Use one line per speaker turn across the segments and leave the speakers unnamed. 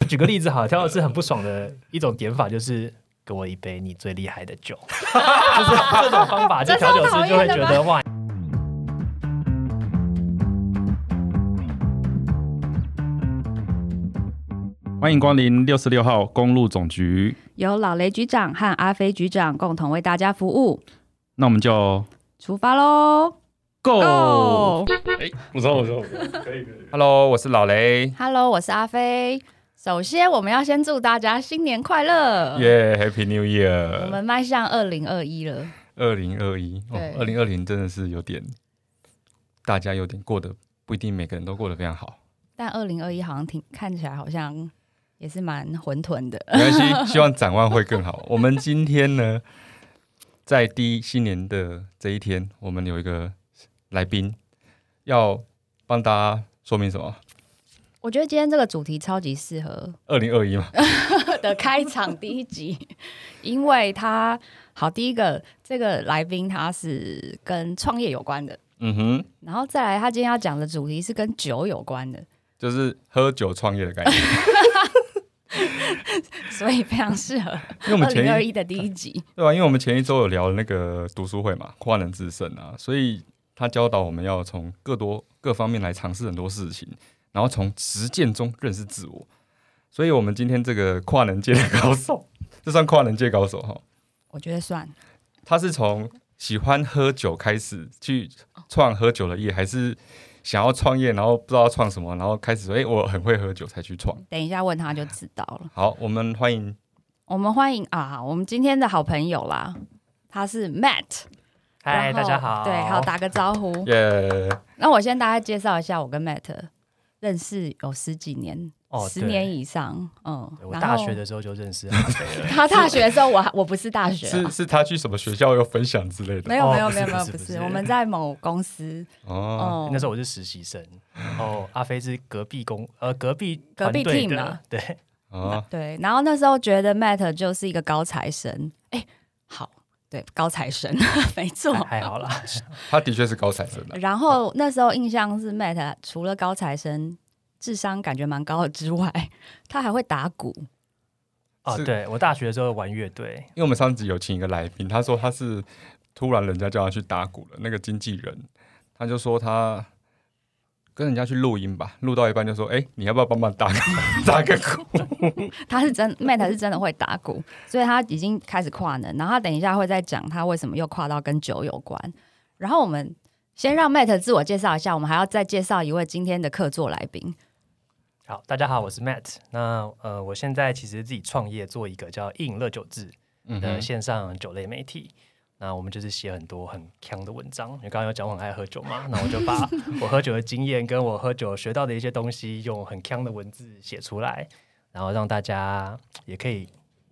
举个例子好了，调酒师很不爽的一种点法就是。给我一杯你最厉害的酒， 就是这种方法，就
这
调
超
酒师就会
讨厌的
觉得哇，
嗯欢迎光临六十六号公路总局，
由老雷局长和阿飞局长共同为大家服务，
那我们就
出发喽
Go。
我知道，我知道，我知道。
Hello，我是哦老雷，
！Hello，我是阿飞。首先，我们要先祝大家新年快乐
耶、h a p p y New
嗯我
Year！
们迈向二零二一了，
二零二一，哦
对
二零二零真的是有点，大家有点过得不一定每个人都过得非常好，
但二零二一好像挺看起来好像也是蛮混沌的。
没关 系，希望展望会更好。我们今天呢，在第一新年的这一天，我们有一个来宾要帮大家说明什么？
我觉得今天这个主题超级适合
二零二一嘛，
的开场第一集，因为他好，第一个这个来宾他是跟创业有关的，
嗯哼，
然后再来他今天要讲的主题是跟酒有关的，
就是喝酒创业的概念。
所以非常适 合
因为我们
二
前
零二
一
一的第一集。
对啊，因为我们前一周有聊那个读书会嘛，跨能制胜啊，所以他教导我们要从各多各方面来尝试很多事情，然后从实践中认识自我。所以我们今天这个跨能界的高手，这算跨能界高手哈，
我觉得算
他是从喜欢喝酒开始去创喝酒的业，还是想要创业，然后不知道要创什么，然后开始说，哎、我很会喝酒才去创。
等一下问他就知道了。
好，我们欢迎
我们欢迎啊，我们今天的好朋友啦，他是 Matt，
嗨，
然后
大家好，
对，好，打个招呼。
耶
那我先大概介绍一下，我跟 Matt 认识有十几年，
哦
十
对
年以上，嗯
对，我
然
大
后
学的时候就认识阿飞了，
他大学的时候我，还我不是大学啊、
是是他去什么学校有分享之类的
没有
哦
没有
不是
没有没有，
不是
不
不是
是，我们在某公司
哦，
哦，
那时候我是实习生，然后阿飞是隔壁公呃隔壁
隔壁
团队
team
的
啊，
对，
哦
对，然后那时候觉得 Matt 就是一个高材生，哎，好，对，高材生， 没错。
还好 啦，
他的确是高材生啊的。
然后那时候印象是 Matt 除了高材生，智商感觉蛮高的之外， 他还会打鼓，
哦，
是
对我大学的时候玩乐队，
因为我们上集有请一个来宾，他说他是突然人家叫他去打鼓了，那个经纪人他就说他跟人家去录音吧，录到一半就说：“哎、你要不要帮忙打个 打个鼓
他是 真 Matt 是真的会打鼓，所以他已经开始跨能。然后他等一下会再讲他为什么又跨到跟酒有关。然后我们先让 Matt 自我介绍一下，我们还要再介绍一位今天的客座来宾。
好，大家好，我是 Matt。那呃，我现在其实自己创业做一个叫“一饮乐酒志”
嗯
的
哼
线上酒类媒体。那我们就是写很多很强的文章。你刚刚有讲我很爱喝酒嘛，那我就 把我喝酒的经验跟我喝酒学到的一些东西，用很强的文字写出来，然后让大家也可以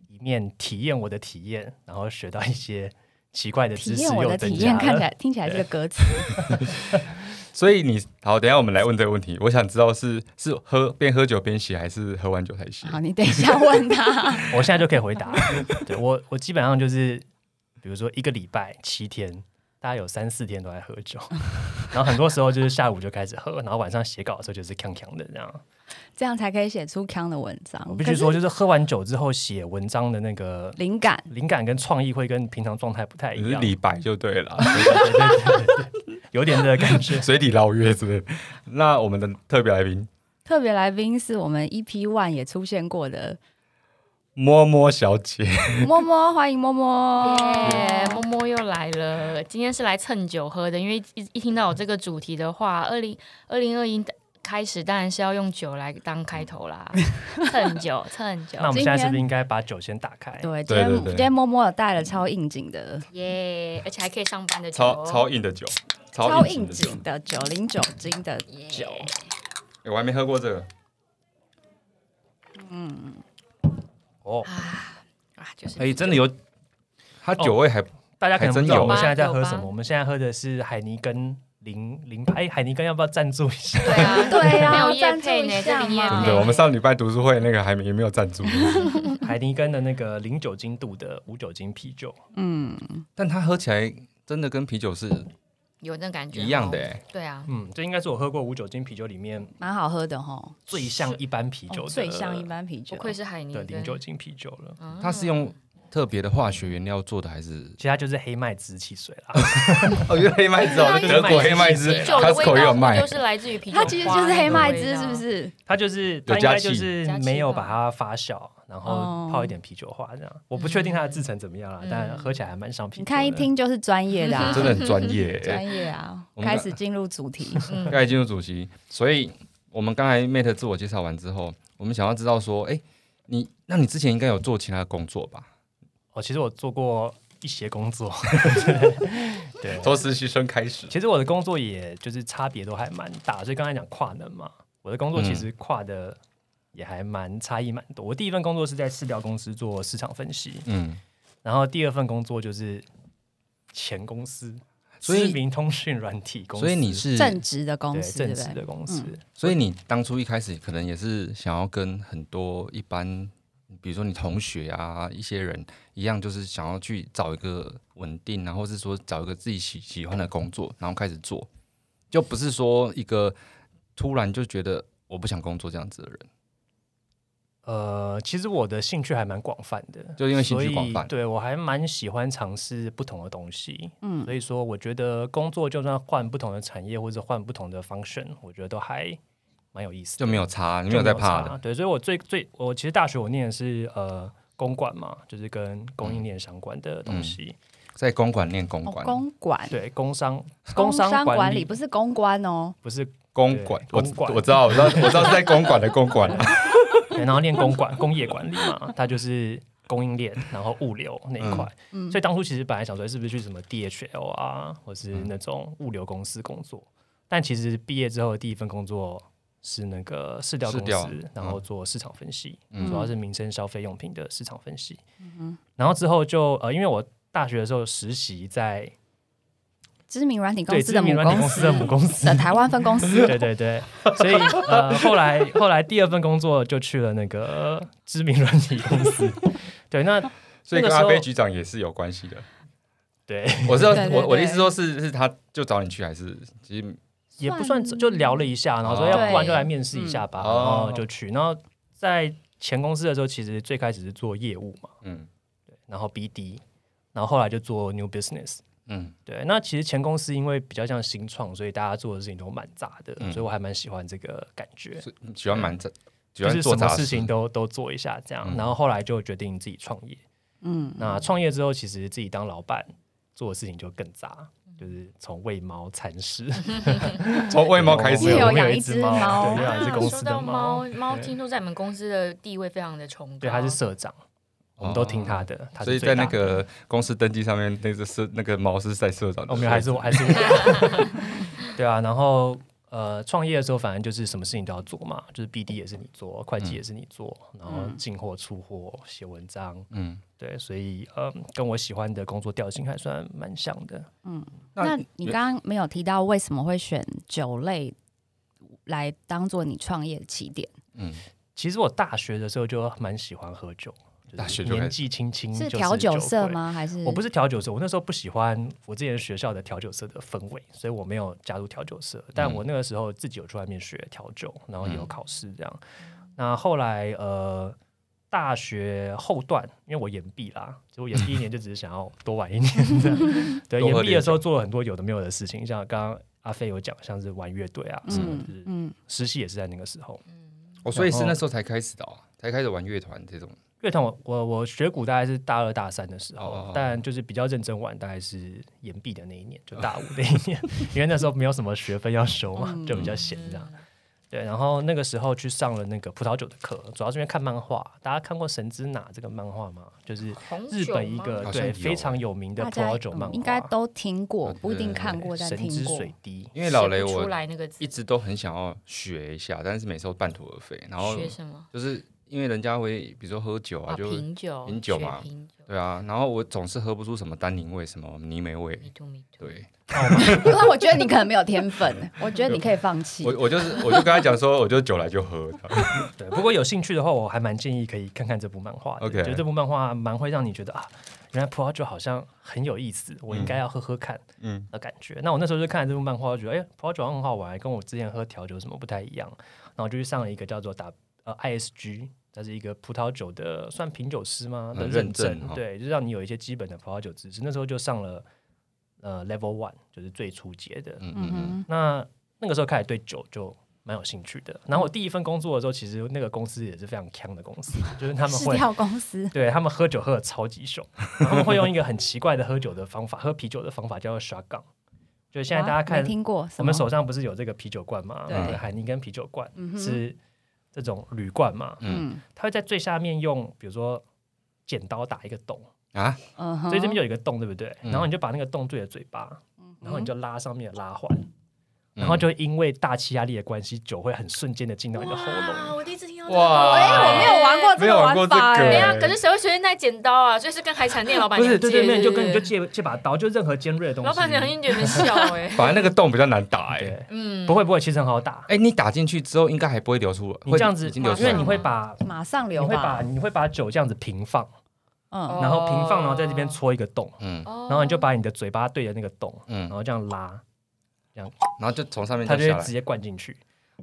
一面体验我的体验，然后学到一些奇怪的
体
知识，
验我
又
的
增
体
加
验
了。
看起来听起来是个歌词，？”
所以你好，等一下我们来问这个问题。我想知道是是喝边喝酒边写，还是喝完酒才写？
好，你等一下问他。
我现在就可以回答。对我，我基本上就是，比如说一个礼拜七天，大概有三四天都在喝酒， 然后很多时候就是下午就开始喝，然后晚上写稿的时候就是康康的这样。
这样才可以写出康的文章。
我必须说，就是喝完酒之后写文章的那个
可是灵感，
灵感跟创意会跟平常状态不太
你
一
是
样，
李白就对了，
有点这个感觉。
水底捞月之类的。那我们的特别来宾
特别来宾是我们 EP One 也出现过的
摸摸小姐，
摸摸，欢迎摸摸。
耶，摸摸又来了。今天是来蹭酒喝的，因为一一听到我这个主题的话，二零二零二一开始当然是要用酒来当开头啦，蹭酒蹭酒
那，我们现在是不
今
是
天
应该把酒先打开？
对，今天
对对对
今天摸摸有带了超应景的、
耶！而且还可以上班的酒哦，
超超硬的酒，
超
硬
应
的酒
景。的酒零酒精的
耶
酒，
欸我还没喝过这个。
哦，
啊，就是
哎、真的有，它酒味还、
大家可能不知道
还真有
我们现在在
有
喝
吧
什么。我们现在喝的是海尼根零零哎，海尼根要不要赞助一下？
对啊，
对啊
没有夜
赞助
配
一
呢，
下
这里夜
嘛
真
配，
的。我们上礼拜读书会那个还没也没有赞助，
海尼根的那个零酒精度的无酒精啤酒，
嗯，
但它喝起来真的跟啤酒是
有那感觉
一样的、
哦。
欸，
对啊，
嗯，这应该是我喝过无酒精啤酒里面
蛮好喝的哈，
最像一般啤酒的、
哦最像一般嗯啤
不
酒，
愧是海尼
的
根
零酒精啤酒了。
它是用特别的化学原料做的，还是
其他就是黑麦汁汽水 啦，
哦，原来黑麦汁哦，
对啊
德国黑麦
因
汁
为
啤酒的味
，Costco 也有
道不
卖
就。是来自于啤酒花
它其
那个味
实
道，
就是黑麦汁，是不是？
它就是它应
加
该就
气
是
加气
没有
吧
把它发酵，然后
哦嗯
泡一点啤酒花这样。我不确定它的制成怎么样啦，但喝起来还蛮像啤酒。
你看一，听就是专业的、 啊，
真的很专业、欸。
专业啊！
我们
开始进入主题，
嗯
刚才进入主题，所以我们刚才 Mate 自我介绍完之后，我们想要知道说，哎、你那你之前应该有做其他工作吧？
哦，其实我做过一些工作，对，
从实习生开始，
其实我的工作也就是差别都还蛮大，所以刚才讲跨能嘛，我的工作其
嗯
实跨的也还蛮差异蛮多。我第一份工作是在饲料公司做市场分析，
嗯，
然后第二份工作就是前公司，
所以
知名通讯软体公司，
所以你是，嗯
正职的公
对
司，对
正
不
式
对？
的公司，
所以你当初一开始可能也是想要跟很多一般，比如说你同学啊一些人一样，就是想要去找一个稳定啊，或是说找一个自己喜喜欢的工作，然后开始做，就不是说一个突然就觉得我不想工作这样子的人。
呃，其实我的兴趣还蛮广泛的，
就因为兴趣广
所
泛
以对我还蛮喜欢尝试不同的东西。
嗯
所以说我觉得工作就算换不同的产业或者换不同的 function，我觉得都还蛮有意思的，
就没有差，你没有在怕
差
的。
对，所以我最最我其实大学我念的是呃公管嘛，就是跟供
嗯
应链相关的东西，
在公馆念公
哦
馆，，
公管，
对工商
工
商
管
理
不是公关哦，
不是，
公馆，
对
我
公馆
我知道，我知道，我知道是在公馆的公馆。啊
对然后念公管工业管理嘛，它就是供应链，然后物流那一块。
嗯
所以当初其实本来想说哎是不是去什么 DHL 啊，或是那种物流公司工作，但其实毕业之后的第一份工作是那个市调公
市调
司，然后做市场分析，
嗯
主要是民生消费用品的市场分析。
嗯
然后之后就呃，因为我大学的时候实习在
知名软体公
对
司
知
的
名
母
软体
公
公
司
司的母公司
的台湾分 公司，
对对对，所以呃，后来后来第二份工作就去了那个知名软体公 司。对，那
所以跟
那个时
阿
候
飞局长也是有关系的。
对
我是要
对对
我我的意
对
思说是是他就找你去，还是其实
也不算就聊了一下，然后说
哦
要不然就来面试一下吧，
对嗯
然后就去。然后在前公司的时候，其实最开始是做业务嘛，
嗯
然后 BD，然后后来就做 new business。
嗯
对，那其实前公司因为比较像新创，所以大家做的事情都蛮杂的，
嗯
所以我还蛮喜欢这个感觉。
是喜欢蛮杂，喜
就
欢
是
做
什么
杂
事情都都做一下这样，
嗯
然后后来就决定自己创业。
嗯，
那创业之后，其实自己当老板做的事情就更杂，就是从喂猫铲屎，
从喂猫开始
因为
我
有
们
养
一
一
只
只
猫
猫
对，有养一 只
啊
公
说
司
到
的
猫，猫
对
听说在你们公司的地位非常的崇高，
对，他是社长，我们都听他的，他
所以
是最
在那
大的。
个公司登记上面，那个社那个毛是在社长的
哦，
位置，
没有，还是我，还是我， 对啊。然后呃，创业的时候，反正就是什么事情都要做嘛，就是 BD 也是你做，会
嗯
计也是你做，然后进货、出货、写文章，
嗯，
对，所以呃，跟我喜欢的工作调性还算蛮像的。
那你刚刚没有提到为什么会选酒类来当做你创业的起点，
嗯，
其实我大学的时候就蛮喜欢喝酒，就是
大学就开始
年纪轻轻嗯就是
调酒社
鬼？
吗？还是
我不是调酒社，我那时候不喜欢我之前学校的调酒社的氛围，所以我没有加入调酒社。但
嗯
我那个时候自己有去外面学调酒，然后也有考试这样。那后来呃，大学后段因为我延毕啦，所以我延毕一年就只是想要多玩一年 这样。对，
多
延
喝点
毕的时候做了很多有的没有的事情，像刚刚阿飞有讲，像是玩乐队啊什么，
嗯
就是
嗯，
实习也是在那个时候。
哦，所以是
然后
那时候才开始的哦，才开始玩乐团这种，
乐团我我我学鼓大概是大二大三的时候，
哦
但就是比较认真玩，大概是延毕的那一年，就大五那一 年，因为那时候没有什么学分要修嘛，
嗯
就比较闲这样。对，然后那个时候去上了那个葡萄酒的课，主要是因为看漫画。大家看过《神之哪》这个漫画吗？就是
红
日
酒
本一
吗
个
好像
对
有欸
非常有名的
大
葡
家
萄酒漫
嗯
画，
应该都听过，
对
不一定看过，但
神之
听过。
水滴。
因为老雷
写不出
我
来那个字
一直都很想要学一下，但是每次都半途而废，然后
学什么
就是因为人家会比如说喝酒啊，
啊？
就
品酒，
品酒
学
嘛
品酒
对啊，然后我总是喝不出什么丹宁味、什么泥煤味，
，me too me too。
对
因为我觉得你可能没有天分，我觉得你可以放弃
我。我就是我就跟他讲说，我就酒来就喝，
对，不过有兴趣的话，我还蛮建议可以看看这部漫画的。
OK
就这部漫画蛮会让你觉得啊，原来葡萄酒好像很有意思，我应该要喝喝看
嗯，
的感觉。那我那时候就看了这部漫画，就觉得哎、葡萄酒好像很好玩，跟我之前喝调酒什么不太一样。然后就去上了一个叫做打呃 ISG，它是一个葡萄酒的算品酒师吗的
嗯认证
证，
哦
对，就是让你有一些基本的葡萄酒知识。那时候就上了呃 Level One，就是最初阶的。
嗯
嗯
嗯嗯，
哼，
那那个时候开始对酒就蛮有兴趣的。然后我第一份工作的时候，其实那个公司也是非常强的公司， 就是他们
饲
会
料公司，
对他们喝酒喝的超级凶， 他们会用一个很奇怪的喝酒的方法，喝啤酒的方法叫做刷杠。就是现在大家
哇
看
没听过什么，
我们手上不是有这个啤酒罐吗？
对
嗯海尼根啤酒罐
嗯哼
是这种铝罐嘛，
嗯
它会在最下面用比如说剪刀打一个洞，
啊，
嗯哼，
所以这边就有一个洞，对不对？
嗯
然后你就把那个洞对着嘴巴，然后你就拉上面的拉环，
嗯
然后就因为大气压力的关系，酒会很瞬间的进到你的喉
哇，
咙。
啊我第一次听到这个。
哇
哎，我没有玩过这
没
个
有玩过
玩法，
这个
对
哎
欸，
啊，可是谁会随便带剪刀啊？所以是跟海产店老板
不
娘
是
借，
对对面，就跟你就
对
借借把刀，就任何尖锐的东西。
老板娘一点没 笑哎
反正那个洞比较难打哎、
对，
嗯，
不会不会，其实很好打。
哎、你打进去之后应该还不会流出，
你
会
这样子，啊
已经
因
流出来
为
了
你会把
马上
你
流
会把
吧，
你会把酒这样子平放，
嗯
哦
然后平放，然后在这边戳一个洞，
嗯
哦，
然后你就把你的嘴巴对着那个洞，
嗯
然，后这样拉，
然后就从上面
它
嗯掉
哦就
下
会
来
直，接灌进去。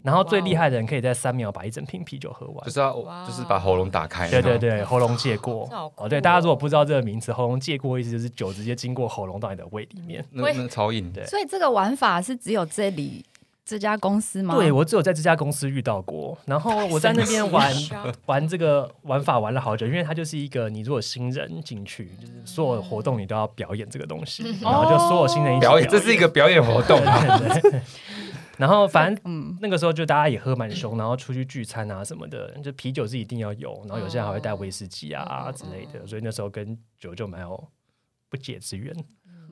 然后最
哇哦
厉害的人可以在三秒把一整瓶啤酒喝完
就。是要
哇
就是把喉咙打开，
对对对，喉咙借过
这好酷
哦，对，大家
哦
如果不知道这个名词，喉咙借过意思就是酒直接经过喉咙到你的胃里面。
那，那那超硬的，
对
所以这个玩法是只有这里这家公司吗？
对，我只有在这家公司遇到过，然后我在那边玩玩这个玩法玩了好久，因为它就是一个你如果新人进去，就是所有活动你都要表演这个东西，
嗯
然后就所有新人
哦
一起
表演， 这是一个表演活动啊，
对对对然后反正
嗯，
那个时候就大家也喝蛮凶，然后出去聚餐啊什么的，就啤酒是一定要有，然后有些人还会带威士忌啊
哦
嗯
之类的，所以那时候跟酒就蛮有不解之缘。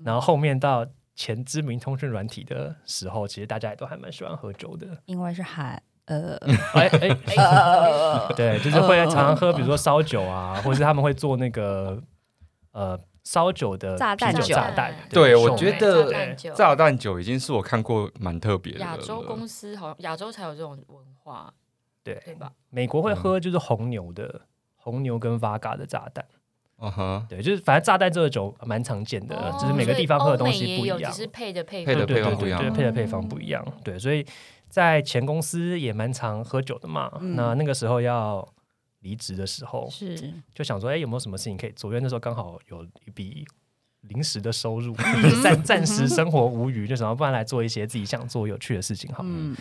然后后面到前知名通讯软体的时候，其实大家也都还蛮喜欢喝酒的。
因为是海， 呃，
哎哎，
呃，
对，就是会
嗯
常常喝，比如说烧酒 啊，或者是他们会做那个呃烧酒的
炸
啤
弹
酒
酒
炸弹。
对我
售
觉
卖
得
哎对
炸弹酒已经是我看过蛮特别的了
亚洲公司好像亚洲才有这种文化，对
对
吧？
美国会喝就是红牛的。红牛跟 Vaga 的炸弹，
嗯哼，
对，就是反正炸弹这个酒蛮常见的，
哦
只是每个地方喝的东西不一
所以欧美也有
样
只，是配的配
配的
对对
方
对
不一样
对，对配的配方不一样，对，所以在前公司也蛮常喝酒的嘛。
嗯
那那个时候要离职的时候，
是
就想说，哎、有没有什么事情可以做？因为那时候刚好有一笔临时的收入，
嗯
暂暂时生活无余，就想要不然来做一些自己想做有趣的事情好了。
嗯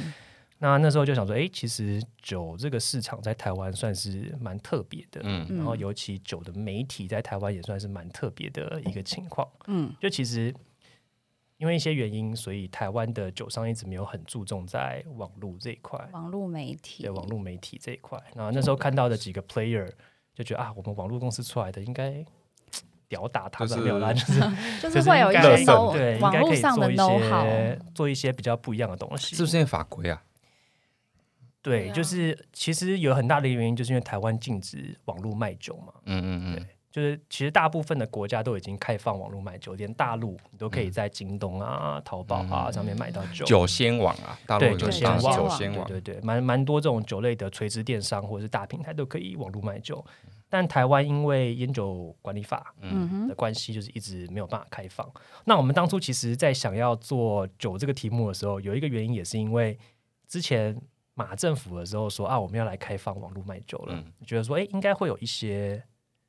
那那时候就想说，哎、其实酒这个市场在台湾算是蛮特别的，
嗯，
然后尤其酒的媒体在台湾也算是蛮特别的一个情况。
嗯
就其实因为一些原因，所以台湾的酒商一直没有很注重在网络这一块。
网络媒体
对网络媒体这一块。然后那时候看到的几个 player 就觉得啊，我们网络公司出来的应该屌打他
就
们
是
没有啦，就是
就是会有一
就是
些
应该
know
对，应
网
该
络
可以
上的
做一
know how，
些做一些比较不一样的东西，
是不是因为法规啊？
对
对，啊
就是其实有很大的一个原因，就是因为台湾禁止网络卖酒嘛。
嗯嗯嗯，
就是其实大部分的国家都已经开放网络卖酒，连大陆你都可以
嗯
在京东啊、淘宝啊上面买到酒。
酒仙网啊，大陆
对
有
酒
个
仙
大
网
酒
对
仙网，
对对对，蛮蛮多这种酒类的垂直电商或者是大平台都可以网络卖酒，但台湾因为烟酒管理法
嗯哼，
的关系，就是一直没有办法开放。那我们当初其实，在想要做酒这个题目的时候，有一个原因也是因为之前马政府的时候说啊，我们要来开放网络卖酒了，
嗯
觉得说哎，诶应该会有一些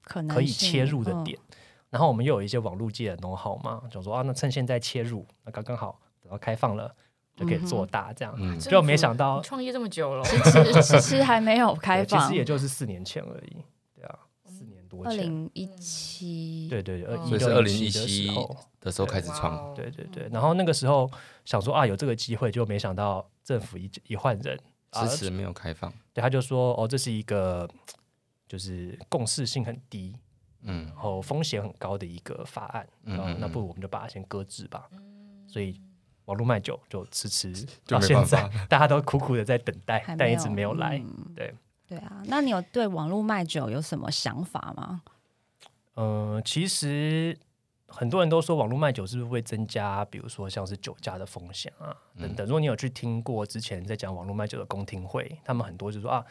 可能
可以
性嗯
切入的点。，
嗯
然后我们又有一些网络界的 know how 嘛，想说啊，那趁现在切入，那刚刚好，等到开放了就可以做大啊这样。
嗯
就没想到
你创业这么久 了，
嗯其其实还没有开
对其
放
实，也就是四年前而已，对啊，四年多
二
前，
零一七，哦
对对对，二
嗯
一
所以是
六一的
2017
时候，
的时候开始
哇
创，
哦
对对对。然后那个时候想说啊，有这个机会，就没想到政府一一换人，啊
迟，迟没有开放，
对他就说哦，这是一个就是共识性很低，
嗯
然后风险很高的一个法案，
嗯
然后
嗯
那
嗯
不如我们就把它先搁置吧。
嗯
所以。网络卖酒就迟迟
就
到
没
现
办
在
法，
大家都苦苦的在等待
还，
但一直没有来。
嗯
对
对啊，那你有对网络卖酒有什么想法吗？
嗯，其实很多人都说网络卖酒是不是会增加，比如说像是酒驾的风险啊等等。如果你有去听过之前在讲网络卖酒的公听会，他们很多就说啊，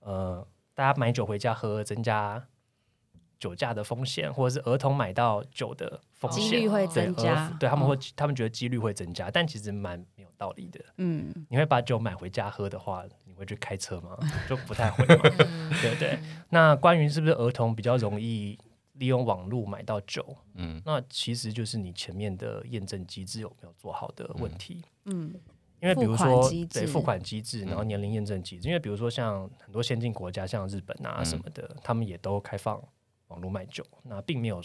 呃，大家买酒回家喝，增加酒驾的风险，或者是儿童买到酒的风
几
险
率会
对
增
儿
加，
对他们会
嗯，
他们觉得几率会增加，但其实蛮没有道理的。
嗯，
你会把酒买回家喝的话，你会去开车 吗？就不太会嘛，
嗯
对不对？那关于是不是儿童比较容易利用网络买到酒，
嗯，
那其实就是你前面的验证机制有没有做好的问题。
嗯，
因为比如
付
说
款机制嗯
对付款机制，然后年龄验证机制，因为比如说像很多先进国家，像日本啊
嗯
什么的，他们也都开放网络卖酒，那并没有，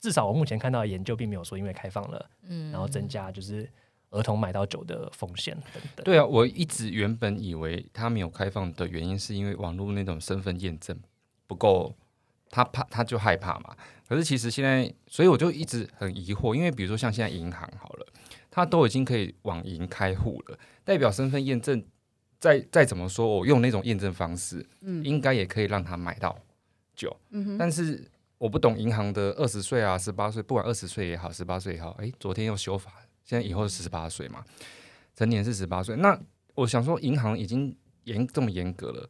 至少我目前看到的研究并没有说因为开放了，
嗯
然后增加就是儿童买到酒的风险等等。
对啊，我一直原本以为它没有开放的原因，是因为网络那种身份验证不够，他怕他就害怕嘛。可是其实现在，所以我就一直很疑惑，因为比如说像现在银行好了，它都已经可以网银开户了，代表身份验证再再怎么说，我用那种验证方式，应该也可以让他买到酒。但是我不懂银行的二十岁啊、十八岁，不管二十岁也好，十八岁也好，诶，昨天又修法，现在以后十八岁嘛，成年是十八岁。那我想说，银行已经严这么严格了，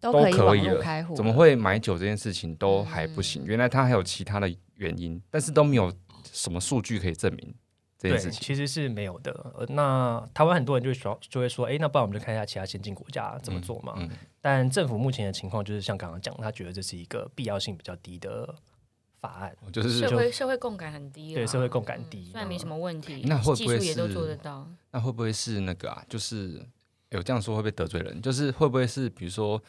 都
都
可以
可以
网络
了
开户，
怎么？会买酒这件事情都还不行？原来他还有其他的原因，但是都没有什么数据可以证明这件
对，
事情。
其实是没有的。呃那台湾很多人就会说，就会说，哎，那不然我们就看一下其他先进国家啊怎么做嘛。
嗯，
但政府目前的情况就是像刚刚讲，他觉得这是一个必要性比较低的法案。
我就是
社会社会共感很低啦，
对社会共感低
嗯虽然没什么问题，
那会不
技
会
术也都
是
做得到。
那会不会是那个啊？就是有这样说会不会得罪人？就是会不会是比如说，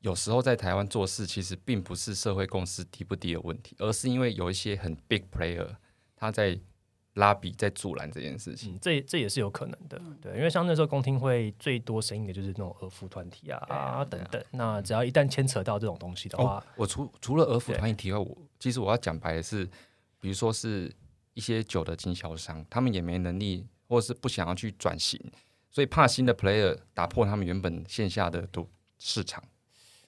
有时候在台湾做事，其实并不是社会共识低不低的问题，而是因为有一些很 big player 他在拉比在阻拦这件事情。
嗯，这这也是有可能的，
嗯
对，因为像那时候公听会最多声音的就是那种俄服团体啊
对啊
等等，
嗯
那只要一旦牵扯到这种东
哦
西的话，
我除除了俄服团体以外，我其实我要讲白的是，比如说是一些酒的经销商，他们也没能力，或是不想要去转型，所以怕新的 player 打破他们原本线下的都市场。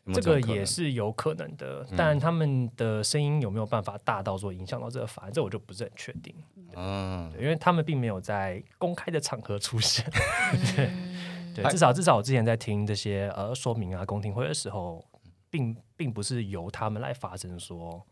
有没有
这个
种可能嗯
也是有可能的，但他们的声音有没有办法大到说影响到这个法案，这我就不是很确定，
嗯，
对，因为他们并没有在公开的场合出现， 对，
哎
至少至少我之前在听这些呃说明啊公听会的时候，并并不是由他们来发声说，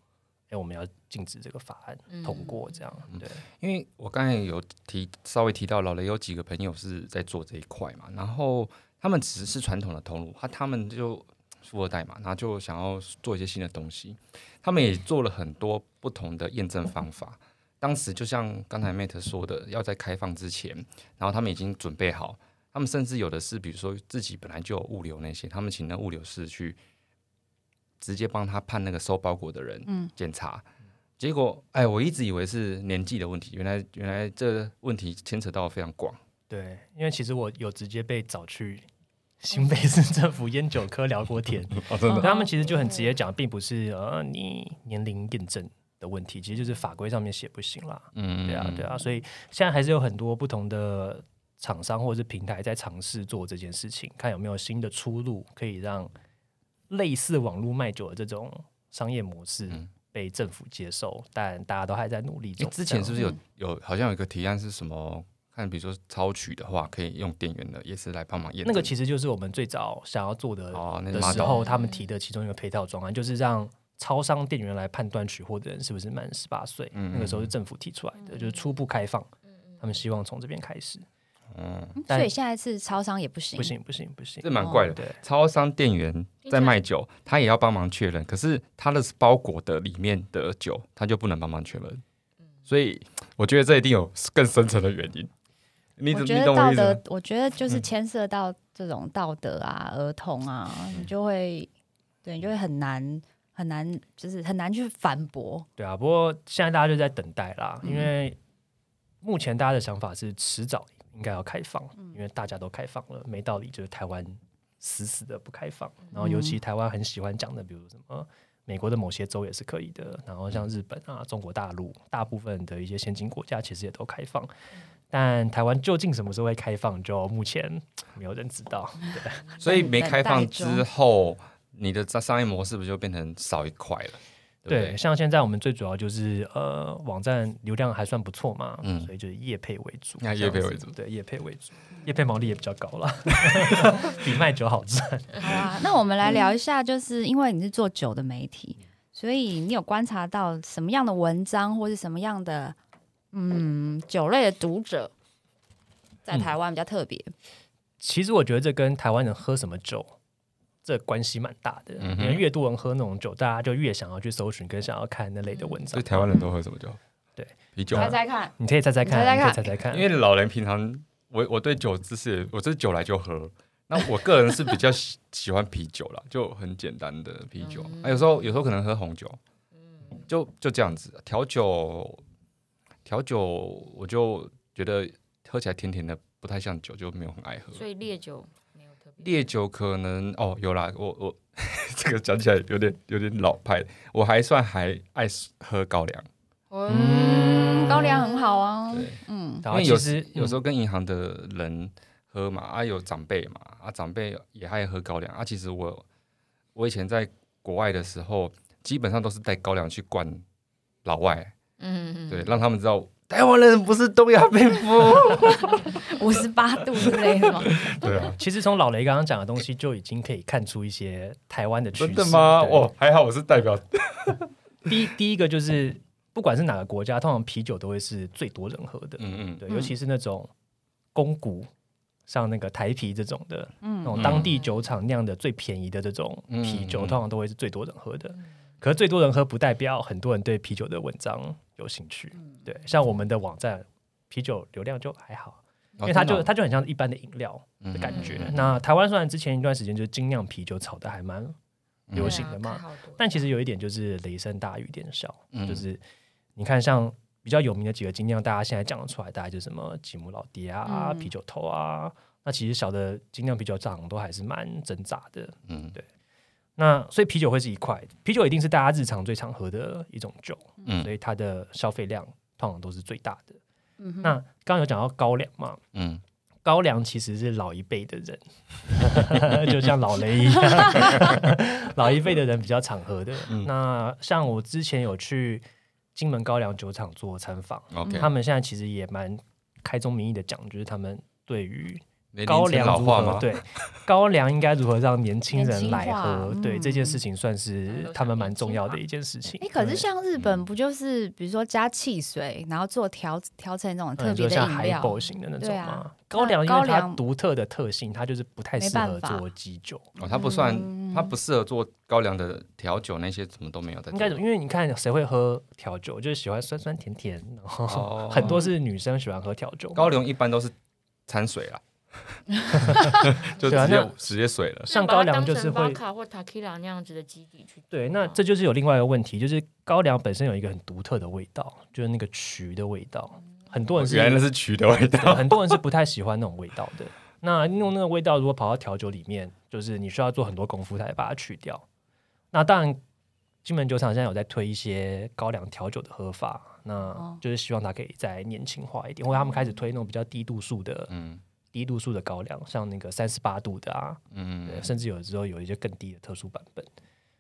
哎，我们要禁止这个法案
嗯
通过这样，
嗯
对。
因为我刚才有提稍微提到老雷有几个朋友是在做这一块嘛，然后他们只是传统的通路，他他们就富二代嘛，然后就想要做一些新的东西，他们也做了很多不同的验证方法。当时就像刚才 Mate 说的，要在开放之前，然后他们已经准备好，他们甚至有的是，比如说自己本来就有物流那些，他们请那物流师去直接帮他判那个收包裹的人
嗯
检查。结果，哎，我一直以为是年纪的问题，原来原来这问题牵扯到非常广。
对，因为其实我有直接被找去新北市政府烟酒科聊过天，
哦，真
可他们其实就很直接讲，并不是呃你年龄验证的问题，其实就是法规上面写不行啦。
嗯
对啊，对啊，所以现在还是有很多不同的厂商或者是平台在尝试做这件事情，看有没有新的出路可以让类似网络卖酒的这种商业模式
嗯
被政府接受，但大家都还在努力
诶
中。
之前是不是有
嗯
有好像有一个提案是什么？看，比如说超取的话，可以用电源的，也是来帮忙验证。
那个其实就是我们最早想要做的
哦，那
的
马
时
桶
候，他们提的其中一个配套专案，就是让超商店员来判断取货的人是不是满十八岁。
嗯
那个时候是政府提出来的，就是初步开放，他们希望从这边开始。
嗯，
所以
但
现在是超商也不行，
不，行，不行，不行
这。蛮怪的。
对，
超商店员在卖酒，他也要帮忙确认，可是他的包裹的里面的酒，他就不能帮忙确认。
嗯
所以我觉得这一定有更深层的原因。你
我
懂
觉
你
得
懂我
道
意思
德
吗？，嗯
我觉得就是牵涉到这种道德啊、儿童啊，你
嗯
就会对，你就会很难很难，就是很难去反驳。
对啊。不过现在大家就在等待啦，因为目前大家的想法是迟早应该要开放，因为大家都开放了，没道理就是台湾死死的不开放。然后尤其台湾很喜欢讲的，比如什么。美国的某些州也是可以的，然后像日本啊、中国大陆，大部分的一些先进国家其实也都开放，但台湾究竟什么时候会开放，就目前没有人知道。对，
所以没开放之后，你的商商业模式不就变成少一块了？对不
对，
对？
像现在我们最主要就是呃，网站流量还算不错嘛，
嗯
所以就是业配为主，
那
这样
业配
子
为主
对，业配为主，业配毛利也比较高 啦，比卖酒好赚。
嗯
好啊，那我们来聊一下，就是因为你是做酒的媒体，所以你有观察到什么样的文章或是什么样的嗯酒类的读者
嗯
在台湾比较特别？
其实我觉得这跟台湾人喝什么酒这关系蛮大的，
嗯哼
因为越多人喝那种酒，大家就越想要去搜寻跟想要看那类的文章
所以。台湾人都喝什么酒？
对，
啤酒。
猜看，
你可以猜猜看，
你猜猜
你可以猜猜
看
嗯
看，
因为老人平常我我对酒知识也，我这酒来就喝。那我个人是比较喜喜欢啤酒啦， 就很简单的啤酒。
嗯
啊，有时候有时候可能喝红酒，就就这样子。调酒调酒，我就觉得喝起来甜甜的，不太像酒，就没有很爱喝。
所以烈酒没有特别
烈酒可能哦，有啦，我我 这个讲起来有点有点老派，我还算还爱喝高粱，
哦
嗯，高粱很好啊，
对，
嗯，
然
因
后
为有
其
时
实
有时
候
候跟银行的人喝嘛，啊有长辈嘛，啊长辈也爱喝高粱啊。其实我我以前在国外的时候，基本上都是带高粱去灌老外，
嗯，嗯
对，，让他们知道台湾人不是东亚病 夫。
五十八度之类 的吗？
对啊，
嗯其实从老雷刚刚讲的东西就已经可以看出一些台湾的趋势。
真的吗？
对
哦，还好我是代表
第一第一个就是，不管是哪个国家，通常啤酒都会是最多人喝的，
嗯嗯
对，
嗯
尤其是那种公股，像那个台啤这种的，那
嗯，
种当地酒厂酿的最便宜的这种啤酒，
嗯嗯
通常都会是最多人喝的。可是最多人喝不代表很多人对啤酒的文章有兴趣，对，像我们的网站啤酒流量就还好，
哦
因为它就它就很像一般的饮料的感觉。
啊嗯嗯嗯
那台湾虽然之前一段时间就是精酿啤酒炒的还蛮
嗯
流行的
啊
嘛，但其实有一点就是雷声大雨点小，
嗯
就是你看像比较有名的几个精酿，大家现在讲得出来，大概就是什么吉姆老爹啊、
嗯
啤酒头啊。那其实小的精酿啤酒厂都还是蛮挣扎的。
嗯
那所以啤酒会是一块，啤酒一定是大家日常最常喝的一种酒，所
嗯
以它的消费量通常都是最大的。
嗯哼
那刚刚有讲到高粱嘛，
嗯，
高粱其实是老一辈的人， 就像老雷一样，老一辈的人比较常喝的。
嗯
那像我之前有去金门高粱酒厂做参访，
嗯 OK，
他们现在其实也蛮开宗明义的讲，就是他们对于
年龄
高
层
粱
老
如
化
何
吗？
对高粱应该如何让年轻
年
人
轻
来
化
喝，对
嗯
这件事情算
嗯
是他们蛮重要的一件事情。
哎、可
对
是像日本不就是比如说加汽水，然后做调调成那种特
嗯，
别
就
的
像
饮
海
料？
狗型的那种
对
嘛。
啊
高粱因
高
为它
粱
独特的特性，它就是不太
没
适合
办法
做基酒。
哦，它不算，它
嗯
不适合做高粱的调酒，那些什么都没有的。
应该怎么？因为你看谁会喝调酒，就是喜欢酸酸甜甜，然后
哦
很多是女生喜欢喝调酒。
高粱一般都是掺水 啦，就
对啊
直接
那
直接水了。
像高粱就是会
卡或 t a k i l a 那样子的基底去，
对，
嗯
那这就是有另外一个问题，就是高粱本身有一个很独特的味道，就是那个曲的味道，很多人是
原来那是曲的味
对
道。
很多人是不太喜欢那种味道的。那用那个味道，如果跑到调酒里面，就是你需要做很多功夫才把它去掉。那当然，金门酒厂现在有在推一些高粱调酒的喝法，
哦
那就是希望它可以再年轻化一点，或者他们开始推那种比较低度数的
嗯
低度数的高粱，像那个三十八度的啊，对
嗯，
甚至有时候有一些更低的特殊版本，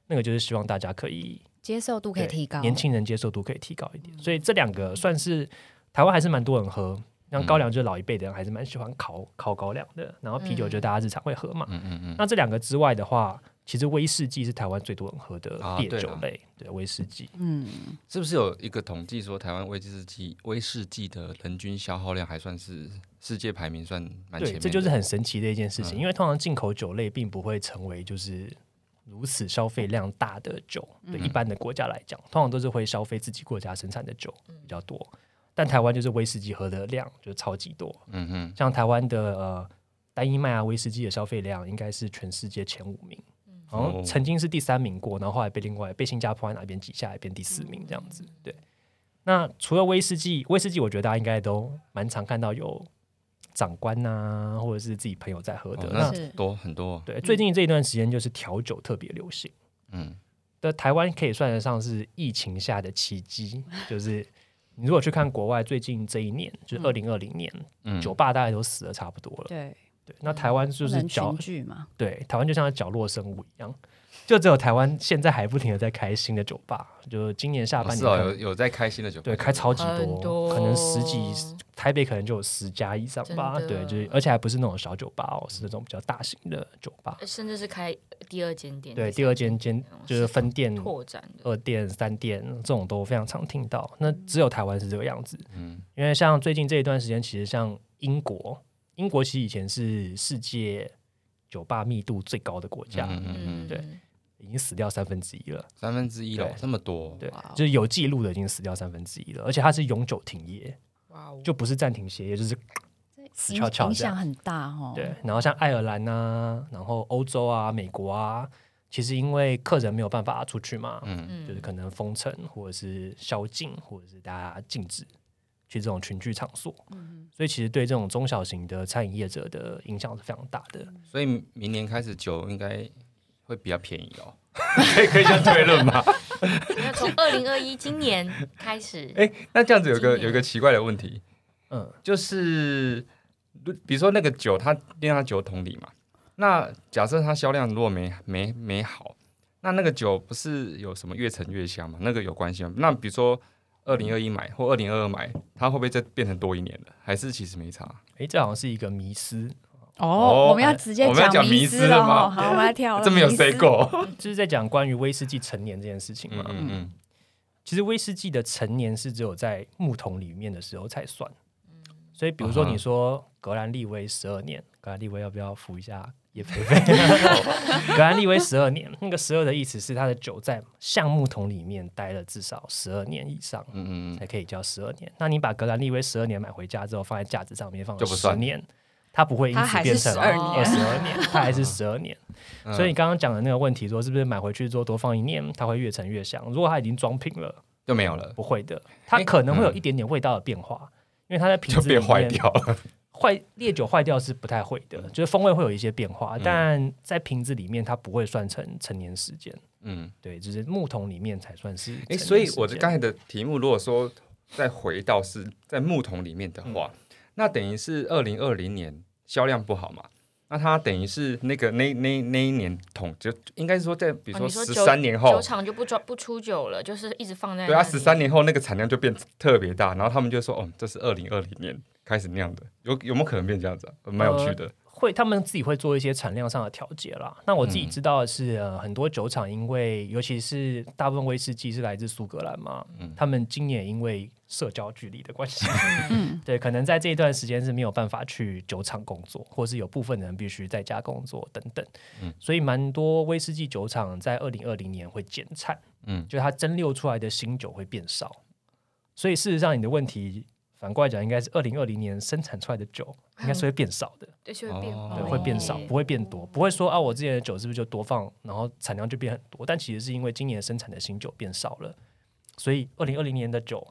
那个就是希望大家可以
接受度可以
对
提高，
年轻人接受度可以提高一点。所以这两个算是台湾还是蛮多人喝，像高粱就是老一辈的人还是蛮喜欢烤烤高粱的，然后啤酒就是大家日常会喝嘛。
嗯嗯嗯，
那这两个之外的话，其实威士忌是台湾最多人喝的
啊
烈
对
酒
啦
类，对威士忌。
嗯，
是不是有一个统计说，台湾威士忌威士忌的人均消耗量还算是世界排名算蛮前
对，
面？
这就是很神奇的一件事情，
嗯
因为通常进口酒类并不会成为就是如此消费量大的酒，
嗯
对一般的国家来讲，通常都是会消费自己国家生产的酒
嗯
比较多。但台湾就是威士忌喝的量就超级多，
嗯嗯
像台湾的呃单一麦芽威士忌的消费量应该是全世界前五名，然后
哦
曾经是第三名过，然后后来被另外被新加坡还哪边挤下来变第四名这样子。对，那除了威士忌，威士忌我觉得大家应该都蛮常看到有长官呐、或者是自己朋友在喝的。
哦
那
那
是
多很多。
对最近这一段时间就是调酒特别流行。
嗯，
的台湾可以算得上是疫情下的奇迹，就是你如果去看国外最近这一年，就是二零二零年，
嗯
酒吧大概都死的差不多了。
对，
对，那台湾就
不
是
能
角
群聚嘛，
对台湾就像角落生物一样，就只有台湾现在还不停的在开新的酒吧，就今年下
哦
半
是
年、
哦，有有在开心的酒吧，
对开超级
很多
可能十几，台北可能就有十家以上吧。
真的
对，就是而且还不是那种小酒吧哦，是那种比较大型的酒吧。
呃甚至是开第二间店，
对，
三
第二间间
店
就是分店
拓展的，
二店、三店这种都非常常听到。那只有台湾是这个样子，
嗯，
因为像最近这一段时间，其实像英国，英国其实以前是世界酒吧密度最高的国家，
嗯
嗯，
对已经死掉三分之一了。
三分之一了
对，
这么多，
对
哇哦，
就是有记录的已经死掉三分之一了，而且它是永久停业，
哇哦，
就不是暂停歇业，就是死翘翘
影
这样
响很大哦。
对，。然后像爱尔兰啊，然后欧洲啊、美国啊，其实因为客人没有办法出去嘛，
嗯，
就是可能封城或者是宵禁，或者是大家禁止去这种群聚场所，所以其实对这种中小型的餐饮业者的影响是非常大的。
所以明年开始酒应该会比较便宜哦，可以可以这样推论吗？
那从二零二一今年开始，
哎、 那这样子有
今
个
年
有一个奇怪的问题，
嗯，
就是如比如说那个酒，它晾在酒桶里嘛，那假设它销量如果没没没好，那那个酒不是有什么越陈越香嘛？那个有关系吗？那比如说二零二一买或二零二二买，它会不会再变成多一年了？还是其实没差？
诶，这好像是一个迷思，
哦，
哦
我们要直接
我们要讲
迷
迷
思
思
了
了吗
哦。好，我们来 跳了。
这么有
迷思
谁够？
就是在讲关于威士忌陈年这件事情嘛。
嗯嗯
其实威士忌的陈年是只有在木桶里面的时候才算，所以比如说
嗯哼
你说格兰利威十二年，格兰利威要不要扶一下叶菲 菲？格兰利威十二年，那个十二的意思是它的酒在橡木桶里面待了至少十二年以上。
嗯嗯嗯，
才可以叫十二年。那你把格兰利威十二年买回家之后，放在架子上面放
就不算
十年，它不会因
它
此
还
变
是
成
12
二十二年，它还是十二年。
嗯
所以你刚刚讲的那个问题，说是不是买回去之后多放一年，它会越陈越香？如果它已经装瓶了，
就没有了，
不会的，它可能会有一点点味道的变化，因为它在瓶
哎嗯就
子里
变
面
坏掉了。
坏烈酒坏掉是不太会的，就是风味会有一些变化，
嗯
但在瓶子里面它不会算成陈年时间。
嗯，
对，就是木桶里面才算是。
哎、所以我的刚才的题目，如果说再回到是在木桶里面的话，
嗯
那等于是二零二零年销量不好嘛？那它等于是那个那那那一年桶就应该是说在比如
哦
说
你说
十
酒
三年后，
酒厂就不装不出酒了，就是一直放在
对啊，
那里
十三年后那个产量就变特别大，然后他们就说哦，这是二零二零年开始酿的，有有没有可能变这样子、啊？呃蛮有趣
哦
的，
会，他们自己会做一些产量上的调节啦。那我自己知道的是，呃，很多酒厂因为，尤其是大部分威士忌是来自苏格兰嘛，他们今年因为社交距离的关系，
嗯，
对，可能在这一段时间是没有办法去酒厂工作，或是有部分人必须在家工作等等，所以蛮多威士忌酒厂在二零二零年会减产，
嗯
就它蒸馏出来的新酒会变少，所以事实上你的问题反过来讲，应该是二零二零年生产出来的酒应该是会变少的。
对就会变
哦
对，会变少，不会变多，不会说啊，我之前的酒是不是就多放，然后产量就变很多？但其实是因为今年生产的新酒变少了，所以二零二零年的酒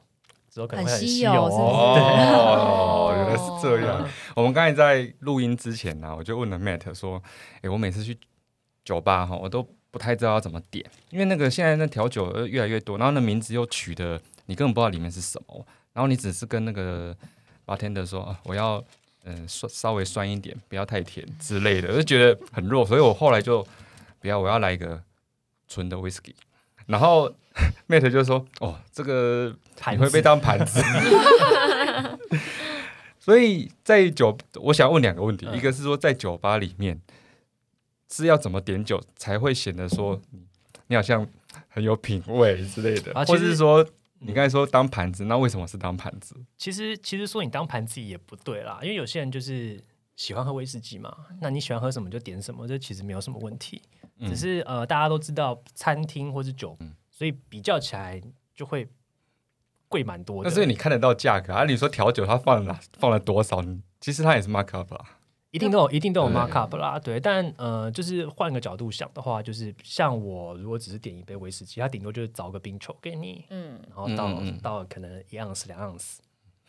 之后可能会
很稀
稀
有是不
哦。
是
哦，原来是这
对
样。
啊
我们刚才在录音之前啊呢、我就问了 Matt 说：“诶，我每次去酒吧哈，我都不太知道要怎么点，因为那个现在那调酒呃越来越多，然后那名字又取的你根本不知道里面是什么，然后你只是跟那个 bartender 说，啊、我要嗯酸稍微酸一点，不要太甜之类的，我就觉得很弱，所以我后来就不要，我要来一个纯的 whisky。”然后 Matt 就说：“哦，这个
盘
你
子
会被当盘子。 所以在酒，我想问两个问题，
嗯
一个是说在酒吧里面是要怎么点酒才会显得说你你好像很有品味之类的，
啊其
或
实
者是说你刚才说当盘子，那为什么是当盘子？
其实其实说你当盘自己也不对啦，因为有些人就是喜欢喝威士忌嘛，那你喜欢喝什么就点什么，这其实没有什么问题。
嗯
只是呃，大家都知道餐厅或是酒
嗯，
所以比较起来就会贵蛮多的。
那所以你看得到价格啊？你说调酒它放了哪放了多少？你其实它也是 mark up 啊。
一定都有，一定都有
对
markup 啦，对。但呃，就是换个角度想的话，就是像我如果只是点一杯威士忌，它顶多就是凿个冰球给你，
嗯，
然后到、
嗯嗯嗯
到可能一盎司、两盎司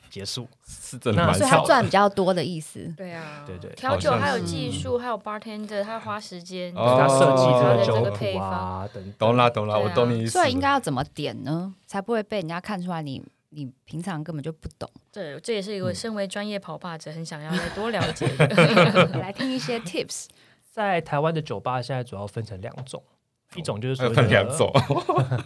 结束。
是真的
那
蛮
所以他
少的。
赚比较多的意思。
对啊，
对对
调酒
好像
还有
是
技术，还有 bartender，他花时间，
哦
它设计这
它
个
的
酒
这个
配
谱啊，等等。
懂啦懂啦，
对啊
我懂你意思。
所以应该要怎么点呢？才不会被人家看出来你你平常根本就不懂。
对，这也是一
嗯
个身为专业跑霸者很想要再多了解 的。
来听一些 tips。
在台湾的酒吧现在主要分成两种，一种就是
哦
所
还有
谓
分
的
两 种，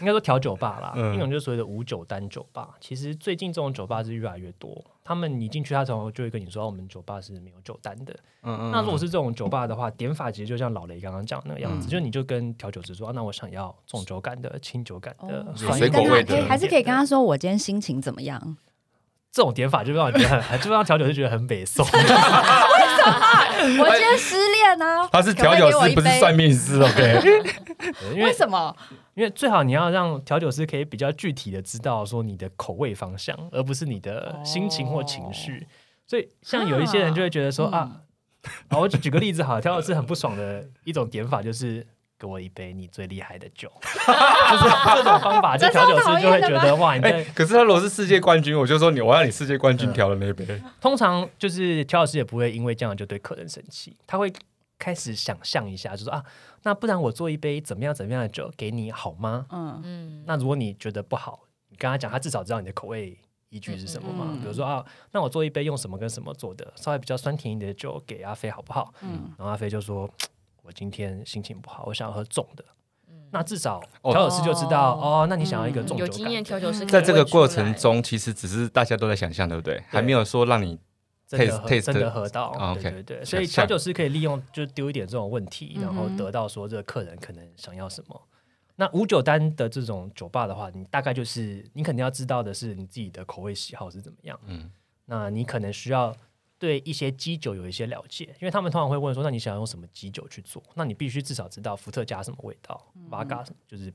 应该说调酒吧啦，
嗯
一种就是所谓的无酒单酒吧。其实最近这种酒吧是越来越多，他们你进去，他从就会跟你说，我们酒吧是没有酒单的。那如果是这种酒吧的话，点法其实就像老雷刚刚讲的那个样子，就你就跟调酒师说、啊那我想要重酒感的、轻酒感的、
哦
酸
水
一
果
点
味
的
的
还是可以跟他说我今天心情怎么样？
这种点法，就让我觉得很， 就让调酒师觉得很北 宋。
我今天失恋啊，
他是
可不可
调
以
酒
给我
师，
一
不是
杯
算命师，OK？
对因
为
为
什么？
因为最好你要让调酒师可以比较具体的知道说你的口味方向，而不是你的心情或情绪。所以像有一些人就会觉得说啊，啊，我就举个例子好了，调酒师很不爽的一种点法就是。给我一杯你最厉害的酒，就是这种方法，就调酒师就会觉得哇，你
哎
在，
可是他如果是世界冠军，我就说你，我要你世界冠军调的那一杯，
通常就是调酒师也不会因为这样就对客人生气，他会开始想象一下，就说啊，那不然我做一杯怎么样怎么样的酒给你好吗？
嗯，
嗯，
那如果你觉得不好，你跟他讲，他至少知道你的口味依据是什么嘛。
嗯嗯
比如说啊，那我做一杯用什么跟什么做的，稍微比较酸甜一点的酒给阿飞好不好？
嗯
然后阿飞就说，嘖我今天心情不好，我想要喝重的。那至少
哦
调酒师就知道哦那你想要一个
嗯
重
有
酒
经
感
验，调酒师
在这个过程，中，其实只是大家都在想象，对不对？还没有说让你
真的喝
taste- taste
真的喝到
啊，
对
OK，
对对，
想
所以调
象
酒师可以利用就丢一点这种问题，然后
嗯哼
得到说这个客人可能想要什么。那五九单的这种酒吧的话，你大概就是你肯定要知道的是你自己的口味喜好是怎么样。
嗯
那你可能需要对一些基酒有一些了解，因为他们通常会问说，那你想要用什么基酒去做？那你必须至少知道伏特加什么味道，八嘎什么，就是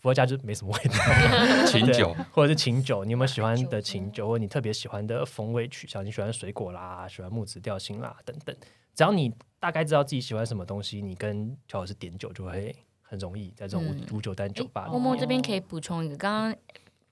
伏特加就是没什么 味道，
琴酒，
或者是琴酒，你有没有喜欢的琴酒，或者你特别喜欢的风味取向？你喜欢水果啦，喜欢木质调性啦，等等。只要你大概知道自己喜欢什么东西，你跟调酒师点酒就会很容易在这种
嗯
无无酒单酒吧里
默
面。
默这边可以补充一个，刚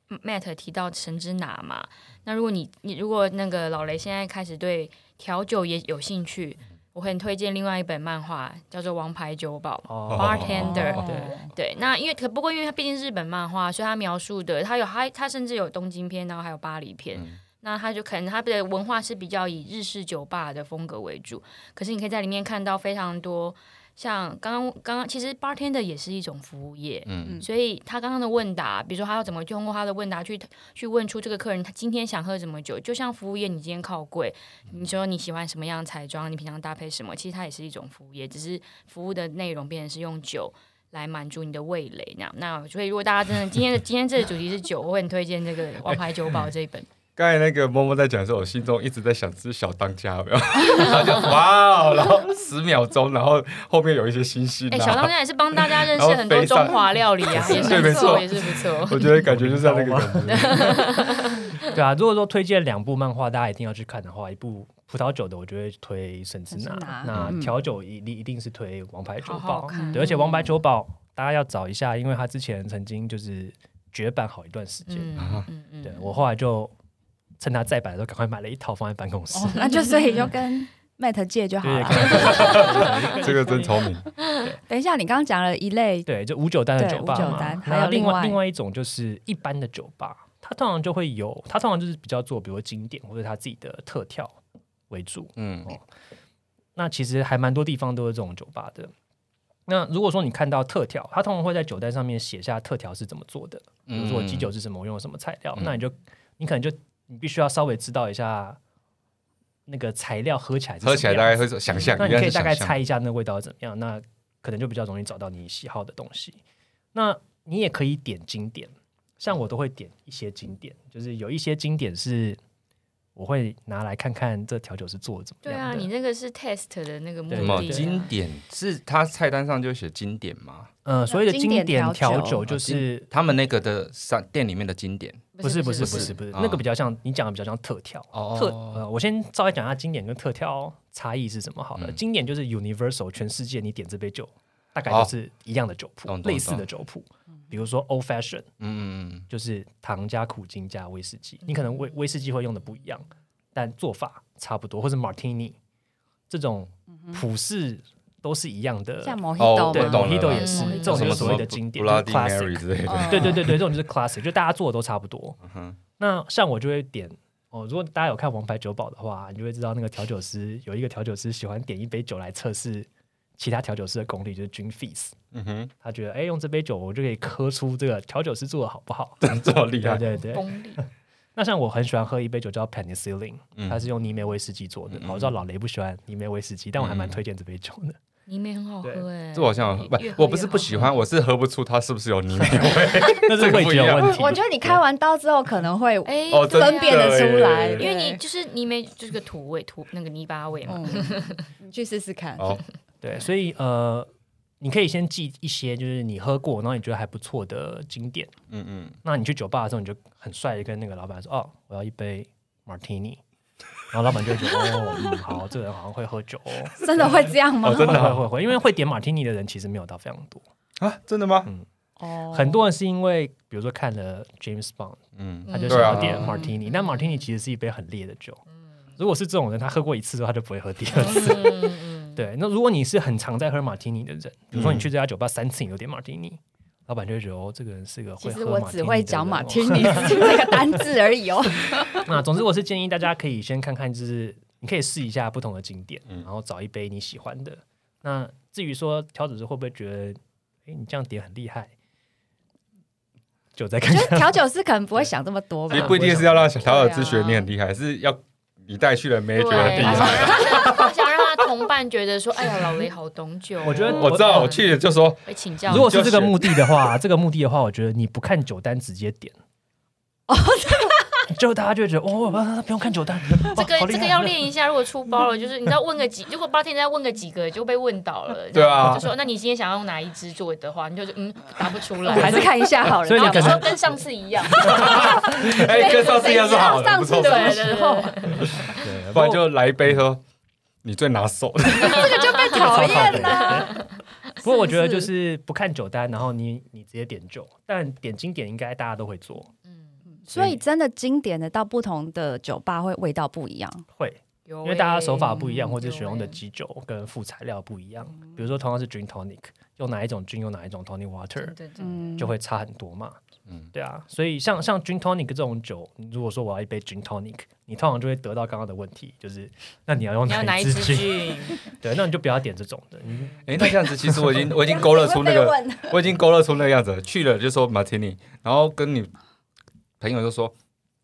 刚 Matt 提到神之拿嘛，那如果你你如果那个老雷现在开始对调酒也有兴趣，我很推荐另外一本漫画叫做《王牌酒保》
哦
（Bartender）。
哦
对
对，那因为可不过因为它毕竟是日本漫画，所以它描述的它有它它甚至有东京篇，然后还有巴黎篇。
嗯
那它就可能它的文化是比较以日式酒吧的风格为主，可是你可以在里面看到非常多像刚刚刚刚其实 bartender 也是一种服务业，
嗯
所以他刚刚的问答，比如说他要怎么通过他的问答去去问出这个客人他今天想喝什么酒，就像服务业，你今天靠柜，你说你喜欢什么样的彩妆，你平常搭配什么，其实它也是一种服务业，只是服务的内容变成是用酒。来满足你的味蕾，那样那所以如果大家真的今天的今天这个主题是酒，我会很推荐这个《王牌酒保》这一本。
刚才那个默默在讲的时候，我心中一直在想是小当家有没有？他就哇哦，然后十秒钟，然后后面有一些星星
哎、
啊，
小当家也是帮大家认识很多中华料理啊，也是
对
不
没
错，
错
也是不 错。
我觉得感觉就是在那个感觉。
对啊，如果说推荐两部漫画，大家一定要去看的话，一部葡萄酒的，我就会推《神之拿
神之》拿，
那
嗯
调酒一定一定是推《王牌酒
好
保》
好看
对，而且《王牌酒保》大家要找一下，因为他之前曾经就是绝版好一段时间，
嗯
啊
嗯嗯，
对我后来就趁他再版的时候，赶快买了一套放在办公室。
哦， 那就所以就跟 Mate 借就好
对
了。
这个真聪明，
等一下，你刚刚讲了一类，
对，就五九单的
对
酒吧
五九
嘛
单。
那
还有
另
另
外
外
另外一种就是一般的酒吧，它通常就会有，它通常就是比较做比如经典或者它自己的特调为主。哦
嗯
那其实还蛮多地方都有这种酒吧的。那如果说你看到特调，它通常会在酒单上面写下特调是怎么做的，比如说我基酒是什么，我用了什么材料，
嗯
那你就你可能就你必须要稍微知道一下那个材料喝起来是
喝起来大概
什么样子
会想象，
那你可以
应该是
大概
想象
猜一下那味道怎么样，那可能就比较容易找到你喜好的东西。那你也可以点经典，像我都会点一些经典，就是有一些经典是我会拿来看看这调酒是做的怎么
对
样
啊，
的。
你那个是 test 的那个目
对
什么
的，啊
经典是他菜单上就写经典吗？
呃，所谓的
经
经
典
典
调
调
酒
酒就是
他们那个的商店里面的经典
不是不是不
不
是
是
不是，
啊
那个比较像你讲的比较像特调。特呃，我先稍微讲一下经典跟特调差异是什么好了。
嗯
经典就是 universal，全世界你点这杯酒，大概
哦
就是一样的酒铺，
懂懂
类似的酒铺，比如说 old fashion，
嗯嗯
就是糖加苦精加威士忌，你可能威威士忌会用的不一样，但做法差不多，或是 martini 这种普世都是一样的，
像 Mojito
对
我懂了
，mojito 也
嗯
是，
嗯
这
嗯，
种就
什
是
么
所谓的经典，就是
Bloody
classic
Mary。之类的，
嗯
对对对对，这种就是 classic，就大家做的都差不多。
哼
那像我就会点哦，如果大家有看《王牌酒保》的话，你就会知道那个调酒师有一个调酒师喜欢点一杯酒来测试其他调酒师的功力，就是 Jim Fees。
嗯哼，
他觉得，哎、用这杯酒，我就可以喝出这个调酒师做的好不好？
这好厉
对
害，
对对。
功力，
那像我很喜欢喝一杯酒叫 Penicillin，、
嗯
它是用泥煤威士忌做的。
嗯嗯
我知道老雷不喜欢泥煤威士忌，但我还蛮
嗯
推荐这杯酒 的。
里面很好喝哎、
这我好像
越
不
喝越，
我不是
好
不喜
喝
欢，我是喝不出它是不 是有泥煤
那是味觉有问题。
我觉得你开完刀之后可能会
哎、
哦
对
真
分
啊
辨得出来，
真的
因为
对
你就是泥煤，就是个土味，土那个泥巴味嘛。
嗯， 你去试试看。
哦，
对，所以呃，你可以先记一些，就是你喝过，然后你觉得还不错的经典。
嗯嗯，
那你去酒吧的时候，你就很帅的跟那个老板说：“哦，我要一杯 martini。”然后老板就会觉得：“哦，嗯，好，这个人好像会喝酒哦。
真的会这样吗
哦，？ 真的
会
啊
会会，因为会点 martini 的人其实没有到非常多，
啊，真的
嗯
吗？
哦
很多人是因为比如说看了 James Bond，
嗯，
他就想
对啊
要点 martini，、但 martini 其实是一杯很烈的酒。
嗯
如果是这种人，他喝过一次之后，他就不会喝第二次。
嗯嗯，
对，那如果你是很常在喝马提尼的人，比如说你
嗯
去这家酒吧三次，你有点马提尼，老板就会觉得哦，这个人是个
其
会
实
喝
我
马提
只
尼
会
的
讲
人
马
哦
天尼这个单字而已哦。
那总之，我是建议大家可以先看看，就是你可以试一下不同的景点，
嗯
然后找一杯你喜欢的。那至于说调酒师会不会觉得，哎，你这样点很厉害，就再看
就
看。
是调酒师可能不会想这么多吧
其实。不一定是要让小调酒师觉得你很厉害，是要你带去了没觉得
对， 啊
厉
他
害。
想让他的想让他的同伴觉得说，哎呀，老雷好懂酒哦。
我觉得
我知道，我去了就说
会请教你。
如果是
就
这个
选
目的的话， 这个目的的话，我觉得你不看酒单直接点，哦， 就大家就会觉得哦，啊不用看酒单，
这个
哦好厉
这个
害
要练一下，如果出包了，就是你知道问个几，如果八天再问个几个就被问倒了。
对啊
就说那你今天想要用哪一支做的话，你就是嗯答不出来，
还是看一下好了。
所以
然
你可
后就
能
说跟上次 一样，
哎，跟上次一样是好的，
上
不
次什么
错，
对
时候？
对
不然就来一杯喝你最拿手的。
这个就被讨 厌啦。
不过我觉得
是
就
不
是不看酒单，然后你你直接点酒，但点经典应该大家都会做，
所以真的经典的到不同的酒吧会味道不一样。
会，
因
因为大家手法不一样，或者
是
使用的基酒跟副材料不一样。比如说同样是 gin tonic，用哪一种 gin，用哪一种 tonic water，
对对，
嗯，
就会差很多嘛。
嗯
对啊，所以像像 gin tonic 这种酒，你如果说我要一杯 gin tonic，你通常就会得到刚刚的问题，就是那你要用
你要
哪
哪一
支 gin？
支菌？
对，那你就不要点这种的，你
哎，那这样子其实我已经
嗯
我已经勾勒出那个， 我已经勾勒出那个样子了。去了就说马天尼，然后跟你朋友就说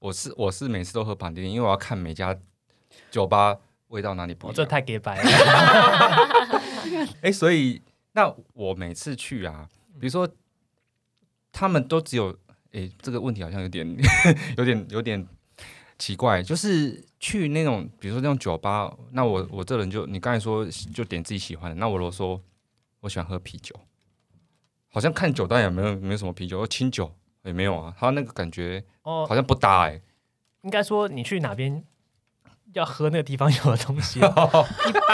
我是我是每次都喝马天尼，因为我要看每家酒吧味道哪里不
哦
一
这
样。
太给白了。
哎，所以那我每次去啊，比如说他们都只有，哎，这个问题好像有点 有点有点奇怪，就是去那种比如说那种酒吧，那我我这人就你刚才说就点自己喜欢的，那我如果说我喜欢喝啤酒，好像看酒单也没有没有什么啤酒，或清酒也没有啊，他那个感觉
哦，
好像不搭哎、
应该说你去哪边要喝那个地方有的东西、啊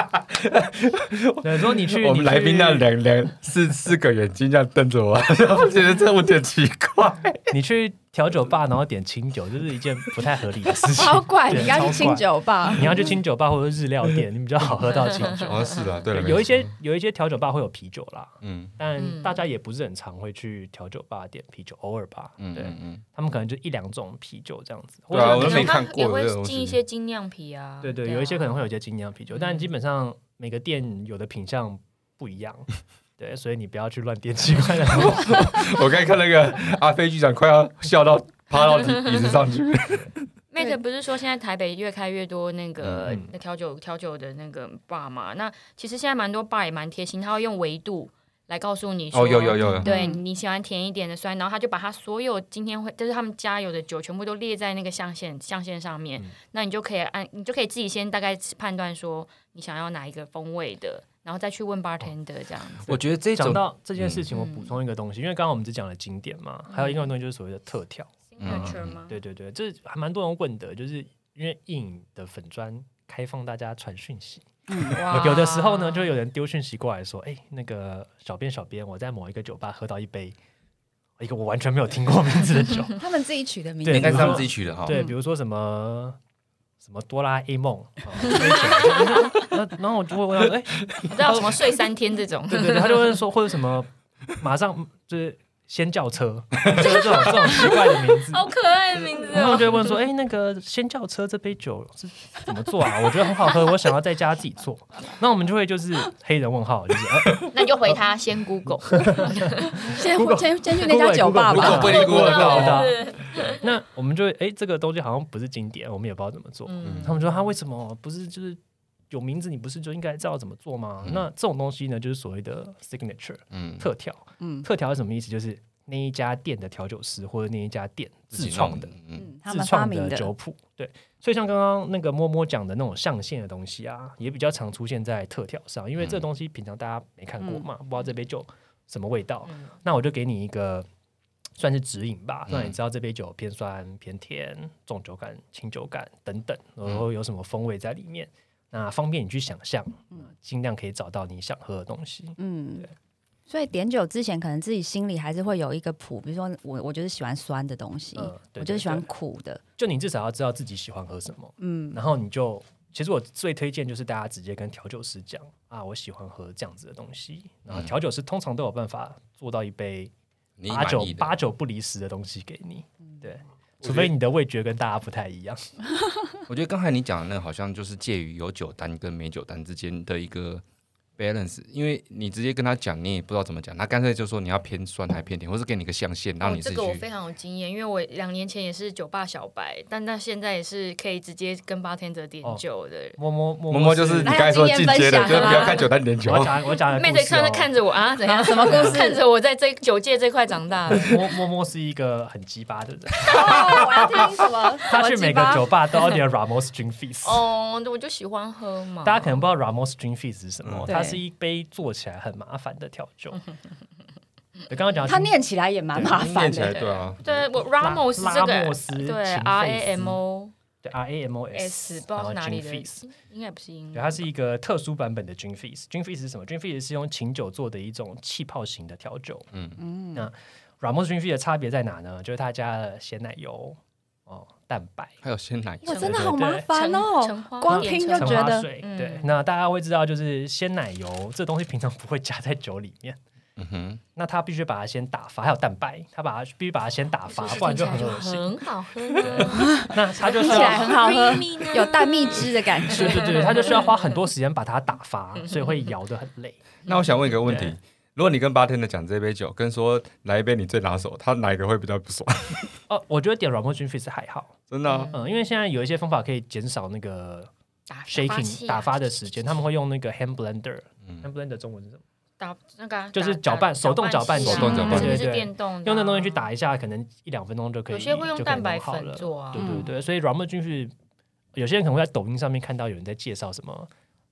对，如果你去
我们来宾那，两两四四个眼睛这样瞪着我， 我觉得这有点奇怪。
你去你去调酒吧，然后点清酒，这是一件不太合理的 事情。
超怪！
对
你刚去清，酒吧
超怪，你要去清酒吧或者是日料店，你比较好喝到清酒。
哦，是啊，对了，
对
没
有一
错
些有一些调酒吧会有啤酒啦，
嗯
但
嗯
大家也不是很常会去调酒吧点啤酒，偶尔吧。
嗯
对
嗯嗯，
他们可能就一两种啤酒这样子，或
对啊
者
我都
可能
没看过
也会
这个东西
进一些精酿啤啊。
对对，
啊
有一些可能会有一些精酿啤酒，
嗯
但基本上每个店有的品相不 一样，对，所以你不要去乱点奇怪 的。
我刚才看那个阿飞局长快要笑到趴到椅椅子上去，
Mate 不是说现在台北越开越多那个
嗯
调酒调酒的那个 bar 嘛？那其实现在蛮多 bar 也蛮贴心，他会用维度来告诉你说，
哦有有有有
对
嗯
你喜欢甜一点的酸，然后他就把他所有今天会就是他们加油的酒全部都列在那个象限象限上面，
嗯
那你就可以按你就可以自己先大概判断说你想要哪一个风味的，然后再去
哦
问 bartender 这样子。
我觉得这
讲
种
到这件事情，
嗯
我补充一个东西，因为刚刚我们只讲了经典嘛，还有一个东西就是所谓的特调。
嗯
Signature 吗？
对对对，这还蛮多人问的，就是因为印的粉砖开放大家传讯息，
哇
有的时候
啊
呢，就有人丢讯息过来说，哎，那个小编小编，我在某一个酒吧喝到一杯一个我完全没有听过名字的酒，
他们自己取的名
对
应该是他们
比
自
如
己取的哈，
对，
嗯
比如说什么什么哆啦 A 梦，啊这杯 酒然后然后我就会问，哎，
我知道什么睡三天这种，
对对对，他就会说或者什么马上就是仙教车， 就是这种这种奇怪的名字。
好可爱的名 字
然后
哦。
就会问说：“哎、那个仙教车这杯酒是怎么做啊？我觉得很好喝，我想要在家自己做。”那我们就会就是黑人问号，就是、哎
那你就回他先 Google，
先
Google-
先先去那家酒吧
Google-
吧。
不一定 Google 得
哦
到
到 那我们就会哎、这个东西好像不是经典，我们也不知道怎么做。
嗯
他们说他啊为什么不是就是有名字，你不是就应该知道怎么做吗？那这种东西呢，就是所谓的 signature
嗯，
特调。
嗯
特调是什么意思？就是那一家店的调酒师或者那一家店
自
自
己
创
弄
的。，
嗯，
嗯，他
自
们发
创
明
的酒
的，
谱，对，所以像刚刚那个摸摸讲的那种象限的东西啊，也比较常出现在特调上，因为这
嗯
东西平常大家没看过嘛，不知道这杯酒什么味道，
嗯
那我就给你一个算是指引吧，
嗯
让你知道这杯酒偏酸、偏甜、重酒感、轻酒感等等，然后有什么风味在里面，那方便你去想象，尽量可以找到你想喝的东西。
嗯
对。
所以点酒之前，可能自己心里还是会有一个谱，比如说我我就是喜欢酸的东西，
嗯对
我就是
对
喜欢
对
苦的，
就你至少要知道自己喜欢喝什么，
嗯
然后你就，其实我最推荐就是大家直接跟调酒师讲啊，我喜欢喝这样子的东西，然后调酒师通常都有办法做到一杯
嗯你
八九
满意的
八九不离十的东西给你，
嗯
对，除非你的味觉跟大家不太一样，
我觉得刚才你讲的那个好像就是介于有酒单跟没酒单之间的一个 balance，因为你直接跟他讲，你也不知道怎么讲，他干脆就说你要偏酸还偏甜，或是给你一个象限，让你
哦、
自
这
己
个我
去。
非常有经验，因为我两年前也是酒吧小白，但到现在也是可以直接跟 bartender 点
哦
酒的。
摸摸摸
摸摸就是你刚才说进阶的，就是不要看酒单点酒
我。要讲我要讲的故
妹子
事、
看着
哦，
看着我啊，怎样？什么故事？看着我在这酒界这块长大的。
摸摸摸是一个很鸡巴的人，
我要听什么？
他去每个酒吧都要点 Ramos Dream Feast。
哦，我就喜欢喝嘛。
大家可能不知道 Ramos Dream Feast 是什么，
嗯
它
嗯对嗯
是一杯做起来很麻烦的调酒。我刚刚讲
他念起来也蛮麻烦
念起来
的。
对啊，
对我 Ramos
拉
这
拉莫
个
斯
对
情
R
费
A
斯
M O
对 R A M O
S，
S，
不知
然
道
后
是哪
Gin
里的
Fizz，，
应该不是英
对，
文。
它是一个特殊版本的 Gin Fizz。Gin Fizz 是什么？Gin Fizz 是用琴酒做的一种气泡型的调酒。
嗯，
Ramos Gin Fizz 的差别在哪呢？就是它加了鲜奶油、哦蛋白、
还有鲜奶
哇，
橙
真的好麻烦
橙橙
哦，
花
光
点
听
橙
橙
就觉
花
得
水。
嗯
对，那大家会知道，就是鲜奶油这东西平常不会加在酒里面。
嗯哼，
那它必须把它先打发，还有蛋白，它把它必须把它先打发，不然就很恶心。
很好喝呢，
那它就
听
是
起来
要，
很好喝
Creamy 呢，
有蛋蜜汁的感
对
觉。
对对，它就需要花很多时间把它打发，
嗯
所以会摇得很累。
那我想问一个问题
对。
如果你跟八天的讲这杯酒，跟说来一杯你最拿手，他哪一个会比较不爽？
哦，我觉得点软沫菌 fish 还好，
真的、啊，
嗯，因为现在有一些方法可以减少那个
打啊
shaking 打发的时间，他们会用那个 hand blender，hand blender 中文是什么？
打那个啊
就是
打
搅拌
打
手动搅拌
器
手动
啊
搅拌
甚至
对
是
对
电动的啊
用那东西去，打一下，可能一两分钟就可以，
有些会用
就可以
蛋白
弄好
粉
了
做啊
对，
嗯
对对，所以软沫菌 fish 有些人可能会在抖音上面看到有人在介绍什么。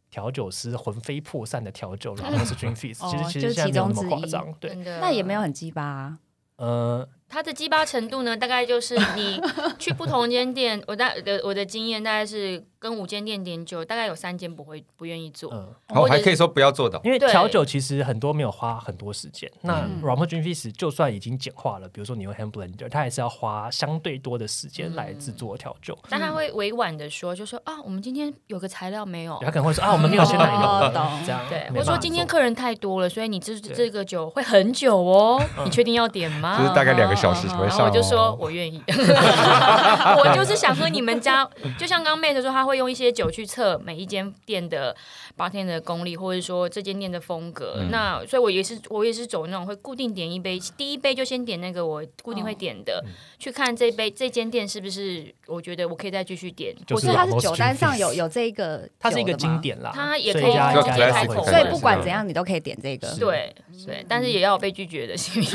调酒师魂飞魄散的调酒，然后是 dream feast，
哦
其实其实
就是
现在没有那么
其中
夸
之一
张，对，
真的
那也没有。很鸡巴啊，
呃，
它的鸡巴程度呢，大概就是 你去不同间店，我大的我的经验大概是跟五间店点酒，大概有三间不会不愿意做。
嗯，
然后
或者
还可以说不 要做的，哦
因为
对
调酒其实很多没有花很多时间，那
嗯
r a m o g i n Fish 就算已经简化了，比如说你用 Hand Blender，它还是要花相对多的时间来制
嗯
作调酒。
但他会委婉的说，就说啊，我们今天有个材料没有
他，可能会说啊，我们没有鲜奶
哦
油，
懂
这样
对，
没
或者
办
说
法
今天
做
客人太多了，所以你这
对
这个酒会很久哦，你确定要点吗？
就是大概两个小时才会
然后
上、哦。
我就说，我愿意，我就是想喝你们家，就像刚刚妹子说，她会用一些酒去测每一间店的八天的功力，或者说这间店的风格。
嗯
那所以我也是，我也是走那种会固定点一杯，第一杯就先点那个我固定会点的，去看这杯这间店是不是我觉得我可以再继续点，
就
或
是
所
者
以它是
Ramos
酒单上有
Dream Feast
有这一个，
它是一个经，典啦，
它也
所
可以
大家
就
应该
classic
会
开
所
始
以不
啊
管怎样你都可以点这个。
是
对对，但是也要有被拒绝的心理。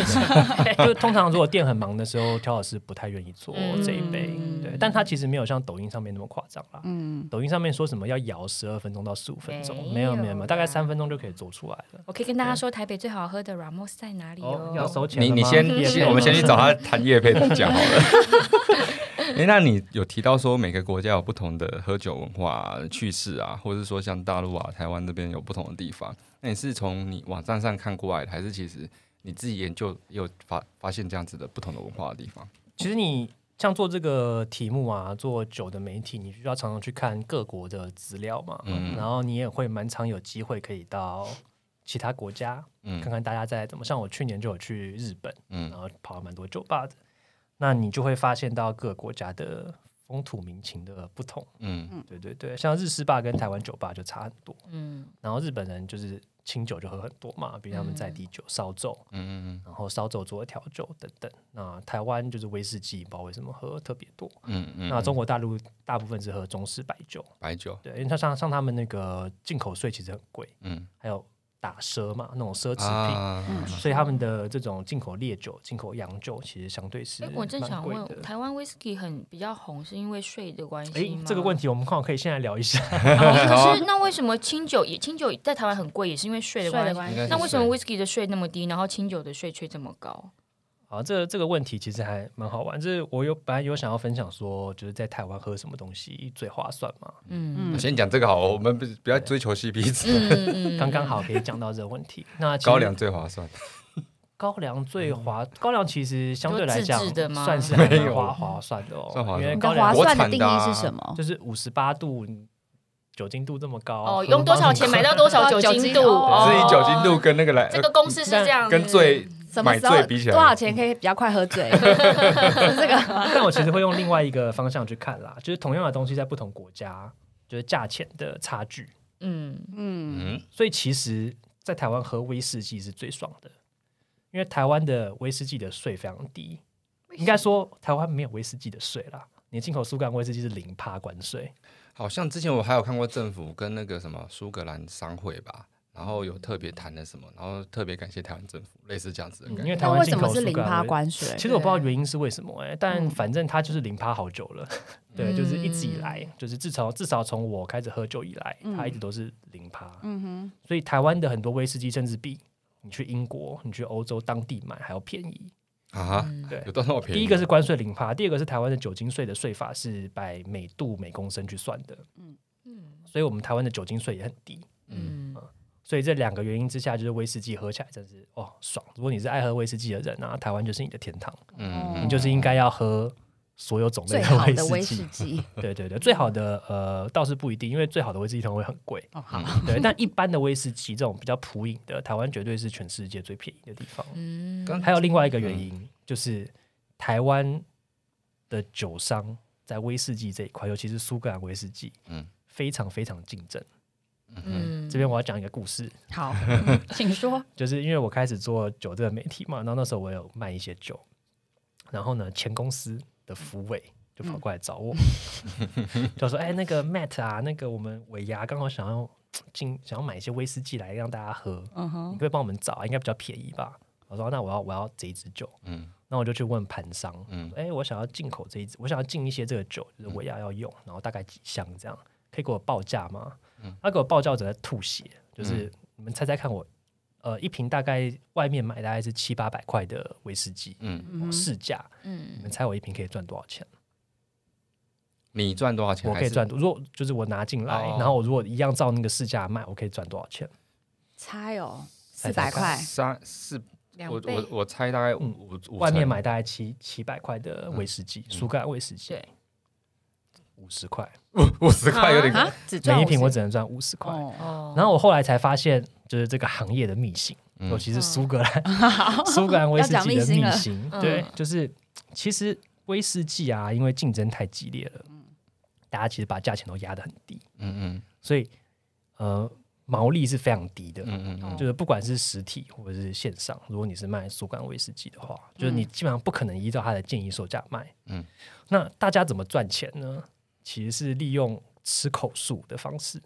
就通常如果店很忙的时候，调酒师不太愿意做
嗯
这一杯，对，但它其实没有像抖音上面那么夸张啦。
嗯，
抖音上面说什么要摇十二分钟到十五分钟，没有
没有
没有没有，大概
啦
三分钟就可以做出来了。
我可以跟大家说，台北最好喝的 Ramos 在哪里哦？
要收钱了
你
吗？
你先
也，没
先
有
我们先去找他谈叶配的讲好 了。哎、那你有提到说每个国家有不同的喝酒文化、趣事啊，或者是说像大陆啊、台湾这边有不同的地方，那你是从你网站上看过来的，还是其实你自己研究也有发发现这样子的不同的文化的地方？
其实你像做这个题目啊，做酒的媒体，你需要常常去看各国的资料嘛，
嗯
然后你也会蛮常有机会可以到。其他国家，
嗯
看看大家在怎么。像我去年就有去日本，然
嗯
后跑了蛮多酒吧的，那你就会发现到各个国家的风土民情的不同。
嗯
对对对，像日式吧跟台湾酒吧就差很多。
嗯，
然后日本人就是清酒就喝很多嘛，比如他们在地酒、烧酒，
嗯嗯
然后烧酒做的调酒等等。那台湾就是威士忌，不知道为什么喝特别多。
嗯嗯，
那中国大陆大部分是喝中式白酒，
白酒，
对，因为它像像他们那个进口税其实很贵，
嗯
还有打奢嘛那种奢侈品。
啊，
所以他们的这种进口烈酒、进口洋酒，其实相对是
哎，我正
蛮
想
贵
问，
的。
台湾 whisky 很比较红，是因为税的关系
哎
吗？，
这个问题我们刚好可以现在聊一下。
哦可是那为什么清酒也清酒在台湾很贵，也是因为税的
税的
关
关
应
系？
系
该。是
那为什么 whisky 的税那么低，然后清酒的税却这么高？
好，这这个问题其实还蛮好玩，就是我有本来有想要分享说，就是在台湾喝什么东西最划算嘛，
嗯
嗯
我，先讲这个好，我们不不要追求 CP 值，
嗯
刚刚好可以讲到这个问题。那其实
高粱最划算。
高粱最划，高粱其实相对来讲
嗯就自制的吗
算是还
没
蛮
有
划划算的哦，
算划算
因为
你
高
的
粱
划
我
算的
产
定
的
义
啊
是什么？
就是五十八度，酒精度这么高，
哦，
何
用多少
况
钱买到多 少酒精度？
酒精哦
是以酒精度跟那个来，
这个公式是这样
呃
子，
跟最
什么
买
时候
醉比起来，
多少钱可以比较快喝醉？ 是这个吗
但我其实会用另外一个方向去看啦，就是同样的东西在不同国家，就是价钱的差距。
嗯
嗯，
嗯，
所以其实，在台湾喝威士忌是最爽的，因为台湾的威士忌的税非常低，应该说台湾没有威士忌的税啦。你进口苏格兰威士忌是零趴关税，
好像之前我还有看过政府跟那个什么苏格兰商会吧，然后有特别谈了什么，然后特别感谢台湾政府，类似这样子的
嗯因
感
为
觉。
台
那
湾
为什
进
么
口
是
苏
零
格
趴
兰威。
关税？嗯
其实我不知道原因是为什么哎、但反正它就是零趴好久了。 对，就是一直以
嗯
来，就是至少至少从我开始喝酒以来，它一直都是零趴。
嗯哼，
所以台湾的很多威士忌甚至比你去英国、你去欧洲当地买还要便宜。
啊哈，
对
有，多少便宜？哦
第一个是关税零趴，第二个是台湾的酒精税的税法是by 每度每公升去算的，
嗯
所以我们台湾的酒精税也很低。
嗯
所以这两个原因之下，就是威士忌喝起来真是哦爽。如果你是爱喝威士忌的人啊，台湾就是你的天堂，
嗯，
你就是应该要喝所有种类
最好的
威
威
士
士
忌。
忌
对对对，最好的呃倒是不一定，因为最好的威士忌通常会很贵。嗯
哦，好，
对，但一般的威士忌这种比较普饮的，台湾绝对是全世界最便宜的地方。
嗯
刚
还有另外一个原因，就是台湾的酒商在威士忌这一块，尤其是苏格兰威士忌，
嗯
非常非常竞争。
嗯
这边我要讲一个故事，
好，请说。
就是因为我开始做酒这个媒体嘛，然后那时候我有卖一些酒，然后呢，前公司的副委就跑过来找我， 就说：“哎、那个 Matt 啊，那个我们尾牙刚好想要进，想要买一些威士忌来让大家喝，
嗯
你
哼，
可以帮我们找啊，应该比较便宜吧？”我说：“那我要我要这一支酒。”
嗯
那我就去问盘商，
嗯
哎、我想要进口这一支，我想要进一些这个酒，就是我要要用，然后大概几箱这样，可以给我报价吗？
嗯
他给我报价，我整个吐血，就是、你们猜猜看我，呃，一瓶大概外面买大概是七八百块的威士忌，
嗯，
哦市价，你
嗯
们猜我一瓶可以赚多少钱？
你赚多少钱？
我可以赚，多，如果就是我拿进来，
哦
然后我如果一样照那个市价卖，我可以赚多少钱？
猜哦，四
猜猜
百
看
块，
三四，
两
我
倍
我我猜大概
嗯
五五，嗯
外面买大概七七百块的威士忌，苏格兰威士忌
对，
五十块，
五十块有点
啊，只赚
每一瓶我
50
只能赚五十块。
哦，
哦
然后我后来才发现，就是这个行业的秘辛，
嗯
尤其是苏格兰、苏格兰威士忌
要
的
讲秘辛
秘
了
辛。
嗯
对，就是其实威士忌啊，因为竞争太激烈了，大家其实把价钱都压得很低，
嗯
所以呃，毛利是非常低的。
嗯嗯嗯
就是不管是实体或者是线上，如果你是卖苏格兰威士忌的话，就是你基本上不可能依照它的建议售价卖。
嗯，
那大家怎么赚钱呢？其实是利用吃口数的方式，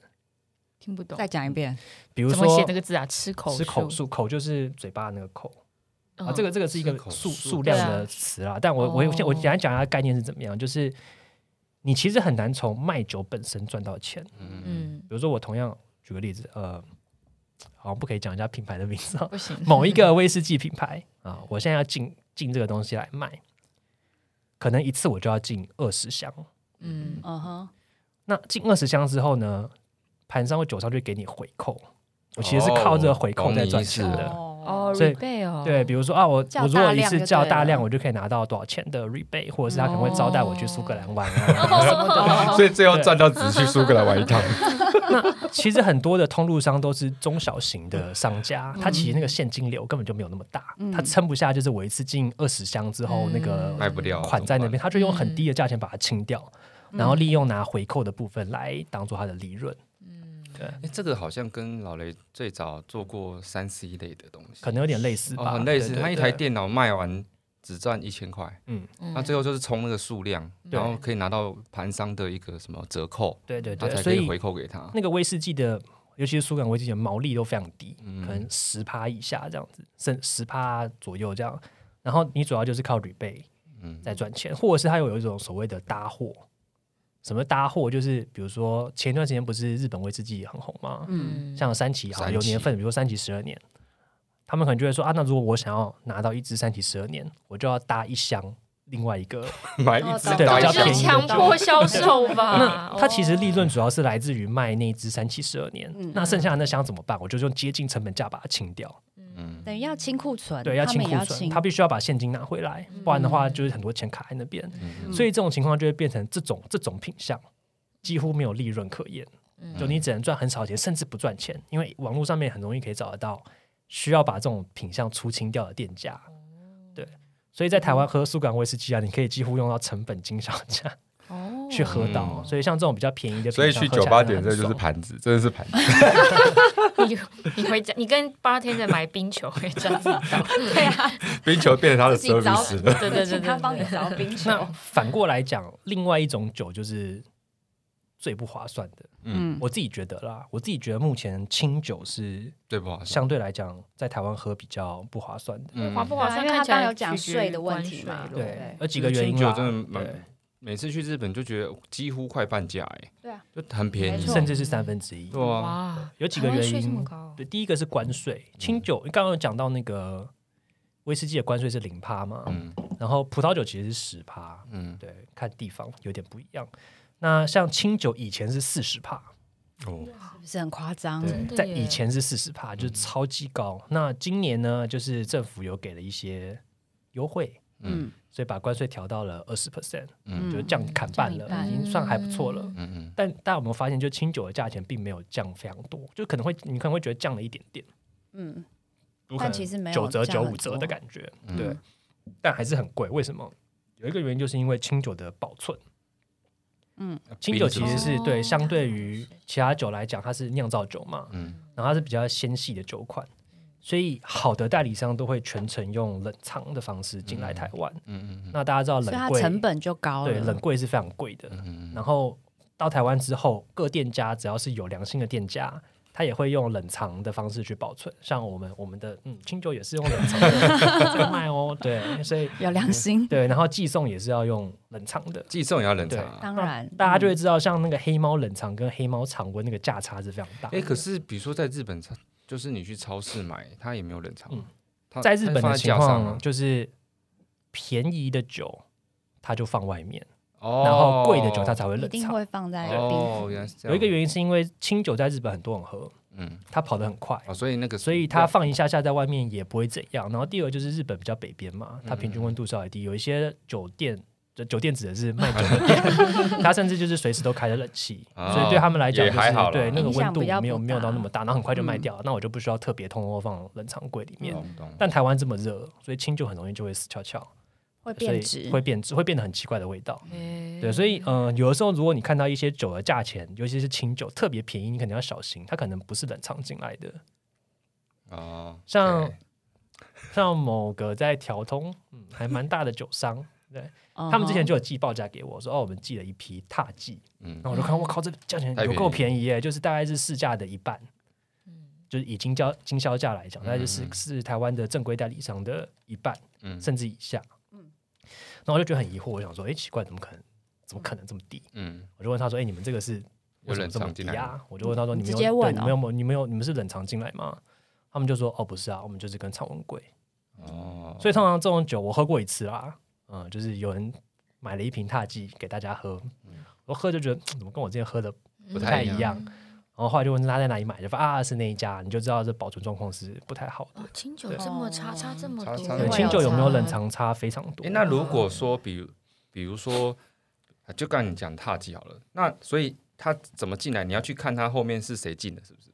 听不懂
再，讲一遍，
比如
怎
说
么写那个字啊？吃口
吃口述，口就是嘴巴那个口、啊，
嗯
这个这个是一个
吃口
数
述
数量
对
的
啊
词啦。但我我我先我
哦
简单讲一下概念是怎么样，就是你其实很难从卖酒本身赚到钱。
嗯
比如说我同样举个例子，呃，好像不可以讲人家品牌的名 字、啊，
不行，
某一个威士忌品牌啊，我现在要进进这个东西来卖，可能一次我就要进二十箱。
嗯
嗯哼，
那进二十箱之后
哦
呢，盘商或酒商就会给你回扣。我其实是靠这个回扣在赚钱的，
哦哦
所以
，rebate 哦，
对，比如说啊，我
叫
我如果
大
一
量
次
就
叫
对
大
了
量，我就可以拿到多少钱的 rebate，或者是他可能会招待我去苏格兰玩啊。
哦
所以最后赚到只去苏格兰玩一趟。
其实很多的通路商都是中小型的商家，他其实
嗯
那个现金流根本就没有那么大，他撑不下，就是我一次进二十箱之后，那个
嗯
卖不掉
款在那边，他就用很低的价钱把它清掉，然后
嗯
利用拿回扣的部分来当做他的利润。
诶哎这个好像跟老雷最早做过三 C 类的东西，
可能有点类似
哦
吧，
很类似。
对对
他一台
对
电脑卖完只赚一千块，
嗯，
那最后就是冲那个数量，
对
然后可以拿到盘商的一个什么折扣，
对对
他
对，
才
所
可以
以
回扣给他。
那个威士忌的，尤其是苏格兰威士忌的毛利都非常低，
嗯
可能十趴以下这样子，甚十趴左右这样。然后你主要就是靠 rebate
嗯，
在赚钱，或者是它有有一种所谓的搭货。什么搭货？就是比如说前一段时间不是日本威士忌很红吗？
嗯，
像三崎好
三
有
崎
年份，比如说三崎十二年，他们可能就会说啊，那如果我想要拿到一支三崎十二年，我就要搭一箱另嗯外一个
买一只
哦
对
打
比较
一
便
就
宜
是
只，
强迫销售 吧。哦
它其实利润主要是来自于卖那支三七十二年，
嗯
那剩下的那箱怎么办？我就用接近成本价把它清掉，
嗯，
等于要清库存，
对，要
他
清
们也
库
要
存，
清嗯
他必须要把现金拿回来，不然的话就是很多钱卡在那边，
嗯
所以这种情况就会变成这种这种品相几乎没有利润可言，
嗯
就你只能赚很少钱，甚至不赚钱，因为网络上面很容易可以找得到需要把这种品相出清掉的店家，
哦
对。所以在台湾喝苏格兰威士忌啊，你可以几乎用到成本经销价
哦
去喝到，
嗯
所以像这种比较便宜的品
所
相，
以去
喝起
酒
来
吧
真的
点
很
这就是
爽
盘子，真的是盘子。
你你回家，你跟 bartender 买冰球可以 这样子倒，对啊，
冰球变成他的
自己找
service 了。
对对
啊
对
请他帮你 找冰球，
那反过来讲，另外一种酒就是最不划算的。
嗯，
我自己觉得啦，我自己觉得目前清酒是
对不好意思，
相对来讲在台湾喝比较不划算的。
嗯
划不划
对啊因
算？
为
看
他
起来
刚有讲
取决于
税的问题
关
嘛
税
对
对，有几个原因
清
啦
酒真的蛮
对
每次去日本就觉得几乎快半价哎，
对啊，
就很便
没
宜
错，
甚至是三分之一。
对啊，
哇，
有几个原
台湾税这么
因，
高，
对，第一个是关税，清酒刚刚有讲到那个威士忌的关税是零趴嘛，
嗯
然后葡萄酒其实是十趴，
嗯
对，看地方有点不一样。那像清酒以前是四十趴，
哦，
是不是很夸张？
对
哦真，的
在
耶
以前是四十帕，
嗯
就是超级高。那今年呢，就是政府有给了一些优惠，
嗯
所以把关税调到了二十 percent，
嗯
就降砍半了，
降一半
已经算还不错了。
嗯
嗯嗯，
但大家有没有发现，就清酒的价钱并没有降非常多，就可能会你可能会觉得降了一点点，
嗯，
有可
但
能
其实没有
九折、
降
九
很
五折
多
的感觉，
嗯
对，但还是很贵。为什么？有一个原因就是因为清酒的保存，
嗯
清酒其实是
哦
对相对于其他酒来讲，它是酿造酒嘛，
嗯
然后它是比较纤细的酒款，所以好的代理商都会全程用冷藏的方式进来台湾。
嗯嗯
那大家知道
所以
冷
它
柜
成本就高
对冷
了，
柜是非常贵的，
嗯
然后到台湾之后，各店家只要是有良心的店家。他也会用冷藏的方式去保存，像我们我们的嗯清酒也是用冷藏 的在卖哦，对，所以
有良心，
对，然后寄送也是要用冷藏的，
寄送也要冷藏啊。
当然
大家就
嗯
会知道，像那个黑猫冷藏跟黑猫常温那个价差是非常大的。
哎，可是比如说在日本，就是你去超市买，它也没有冷藏
嗯，
它
在日本
它
的
放
情
架上
况
啊
就是便宜的酒它就放外面，
哦，
然后贵的酒它才会
一
冷
定
藏。
会放在冰
哦，
库
原来是这样。
有一个原因是因为清酒在日本很多人喝，
嗯，
它跑得很快。
哦，所以那个
所以它放一下下在外面也不会怎样。然后第二就是日本比较北边嘛，它平均温度稍微低，有一些酒店，这酒店指的是卖酒的店，它甚至就是随时都开着冷气，
哦
所以对他们来讲、就
也
是、
还好啦
对那个
影响
温度
比较
没有
不
没有到那么大，然后很快就卖
嗯
掉，那我就不需要特别通通放冷藏柜里面。
懂懂
但台湾这么热，所以清酒很容易就会死翘翘，
会
所
变
以
质，
会变质，会变得很奇怪的味道。对，
对
所以呃，有的时候如果你看到一些酒的价钱，尤其是清酒特别便宜，你肯定要小心，它可能不是冷藏进来的。
哦，
像
OK
像某个在调通，嗯，还蛮大的酒 商，
嗯
他们之前就有寄报价给我说，哦，我们寄了一批踏寄，
嗯
然后我就看，我靠，这价钱
太
有
便宜
够便宜耶，就是大概是市价的一半，
嗯
就是以经销经销价来讲，大概就是
嗯嗯
是台湾的正规代理商的一半。
嗯
甚至以下。
嗯
然后我就觉得很疑惑，我想说，哎，奇怪，怎么可能？怎么可能这么低？
嗯，
我就问他说，哎，你们这个是
有
为什么
冷
这么
藏进
低
来吗，
啊？我就问他说，
你
你们
直
有
接问
对你
哦
们有没有你们有你们是冷藏进来吗？他们就说，哦，不是啊，我们就是跟常温柜。
哦，
所以通常这种酒我喝过一次啦，嗯，就是有人买了嗯一瓶踏剂给大家喝，我喝就觉得嗯怎么跟我之前喝的
不
不太
太
一
一
样。然后后来就问他在哪里买，就发啊是那一家，你就知道这保存状况是不太好的。
哦，清酒这么差，差这么
差
多
差，
对，
会
清
有
酒有没有
差
冷？藏差非常多
诶，。哎那如果说，比如，比如说，啊就刚才你讲踏机好了，那所以他怎么进来？你要去看他后面是谁进的，是不是？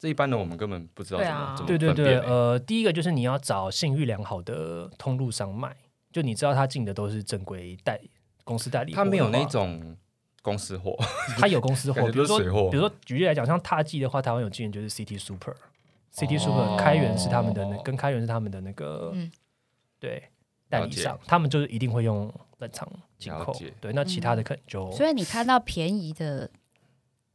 这一般的我们根本不知道
对
怎么、
啊
怎么
对
分
对
辨、欸
对，
诶
呃，第一个就是你要找信誉良好的通路商卖，就你知道他进的都是正规代公司代理货
他
的话，
没有那种公司货，
他有 公司货，
感觉
哦比如说
都是水货
比如说举例来讲，像踏迹的话，台湾有进的就是 CT Super。CT
哦
Super 开源是他们的那
哦
跟开源是他们的那个
嗯
对代理
了解
商，他们就是一定会用冷藏进
了
口
解。
对，那其他的可能就
嗯所以你看到便宜的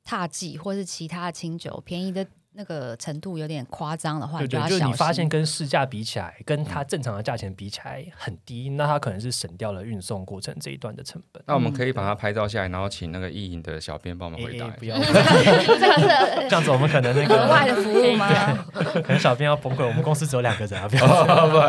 踏剂或是其他清酒，便宜的那个程度有点夸张的话，
对
就
对，
要
就是
小
你
心。
发现跟市价比起来，跟
嗯
它正常的价钱比起来很低，那它可能是省掉了运送过程这一段的成本。
那我们可以把它拍照下来，然后请那个意淫的小编帮我们
诶
回
诶
答。
不要
这 个
这样子，我们可能那
是额 外
个
的 服务吗？
可能小编要崩溃，我们公司只有两个人啊，不要
哦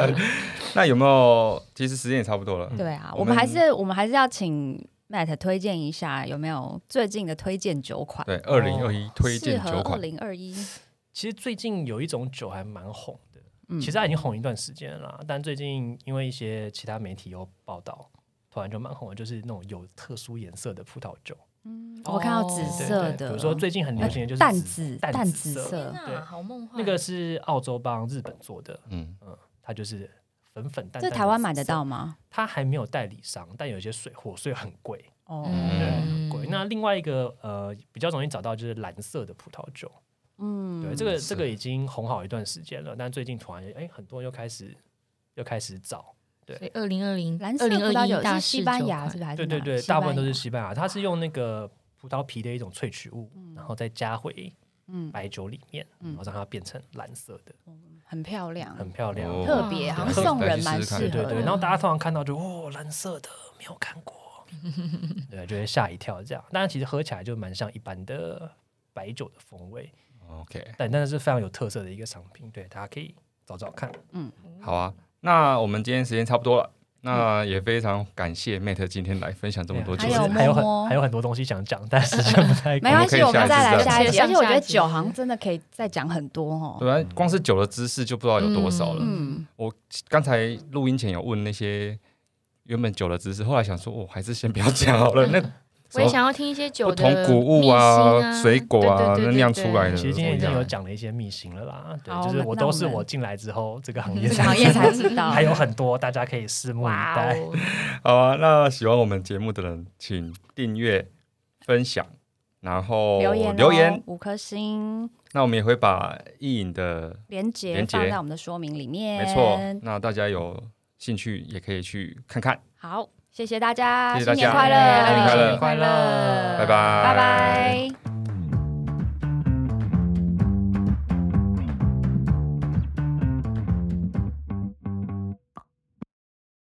那有没有？其实时间也差不多了。
对啊，
我
我们还
们
是我们还是要请 Matt 推荐一下有没有最近的推荐酒款，
对，二零二一推荐
适合
九
二
款，
零二一。
其实最近有一种酒还蛮红的，
嗯
其实它已经红一段时间了啦，但最近因为一些其他媒体有报道，突然就蛮红的，就是那种有特殊颜色的葡萄酒，
我看到
嗯
紫
哦对
色
对
的，
比如说最近很流行的就是
淡
紫
紫
淡
淡
紫
紫
色
色，
对
那好梦幻，
那个是澳洲帮日本做的，
嗯，
它就是粉粉淡淡。
这台湾买得到？吗？
它还没有代理商，但有一些水货，所以很贵。
哦
对，很
嗯
贵。那另外一个呃，比较容易找到就是蓝色的葡萄酒，
嗯，
对，这个
是
这个已经红好一段时间了，但最近突然哎，很多人又开始又开始找，
二零二零
蓝色
二
葡
零二
萄
一
酒
大
是
市
西班
酒
牙
款
是不是？还是
对对
哪
对，
西
大
班
部分都是
牙
西班牙，它是用那个葡萄皮的一种萃取物，然后再加回
嗯，
白酒里面，
嗯
然后让它变成蓝色的，
很漂亮，
很漂亮。
哦
特别，好像
对
送
来
人
去
蛮
试试
适
看
合的。
对对对，然后大家通常看到就哦，蓝色的没有看过，对，就会吓一跳这样。但其实喝起来就蛮像一般的白酒的风味，
OK，
但但是非常有特色的一个商品，对，大家可以找找看。
嗯
好啊。那我们今天时间差不多了，那也非常感谢 Mate 今天来分享这么多
对
酒
其
啊
还
实还
有
有
摸摸
很还有很多东西想讲，但时间不太够。
没关系，我
我
们
们可以
再
下
来
一次
下一
再
集。而且我觉
下
得
一集
酒好像真的可以再讲很多哦。
对啊，光是酒的知识就不知道有多少了。
嗯，
我刚才录音前有问那些原本酒的知识，后来想说，我、还是先不要讲 好了。那
我
什
也
么
想要听一些酒
不同
的
谷物
秘辛
啊、
啊、
水果啊，
对对对
那
对
酿出来的。
其实今天已经
我
有
跟你
讲了一些秘辛了啦，对
好，
就是
那
我
那
都
我
是
们嗯
我进来之后这个行业
这个行业才知道。
还有很多，大家可以拭目以
哇
待。
哦，
讲 好啊，那喜欢我们节目的人，请订阅、分享，然后
留
哦
言
留
留
言。
五颗星，
那我们也会把意影的，
连接
连结
放在我们的说明里面。
没错，那大家有兴趣也可以去看看。
好，谢谢大家，
谢谢
新
大家
年快乐，
新年快乐
新年快乐，
拜拜
拜拜。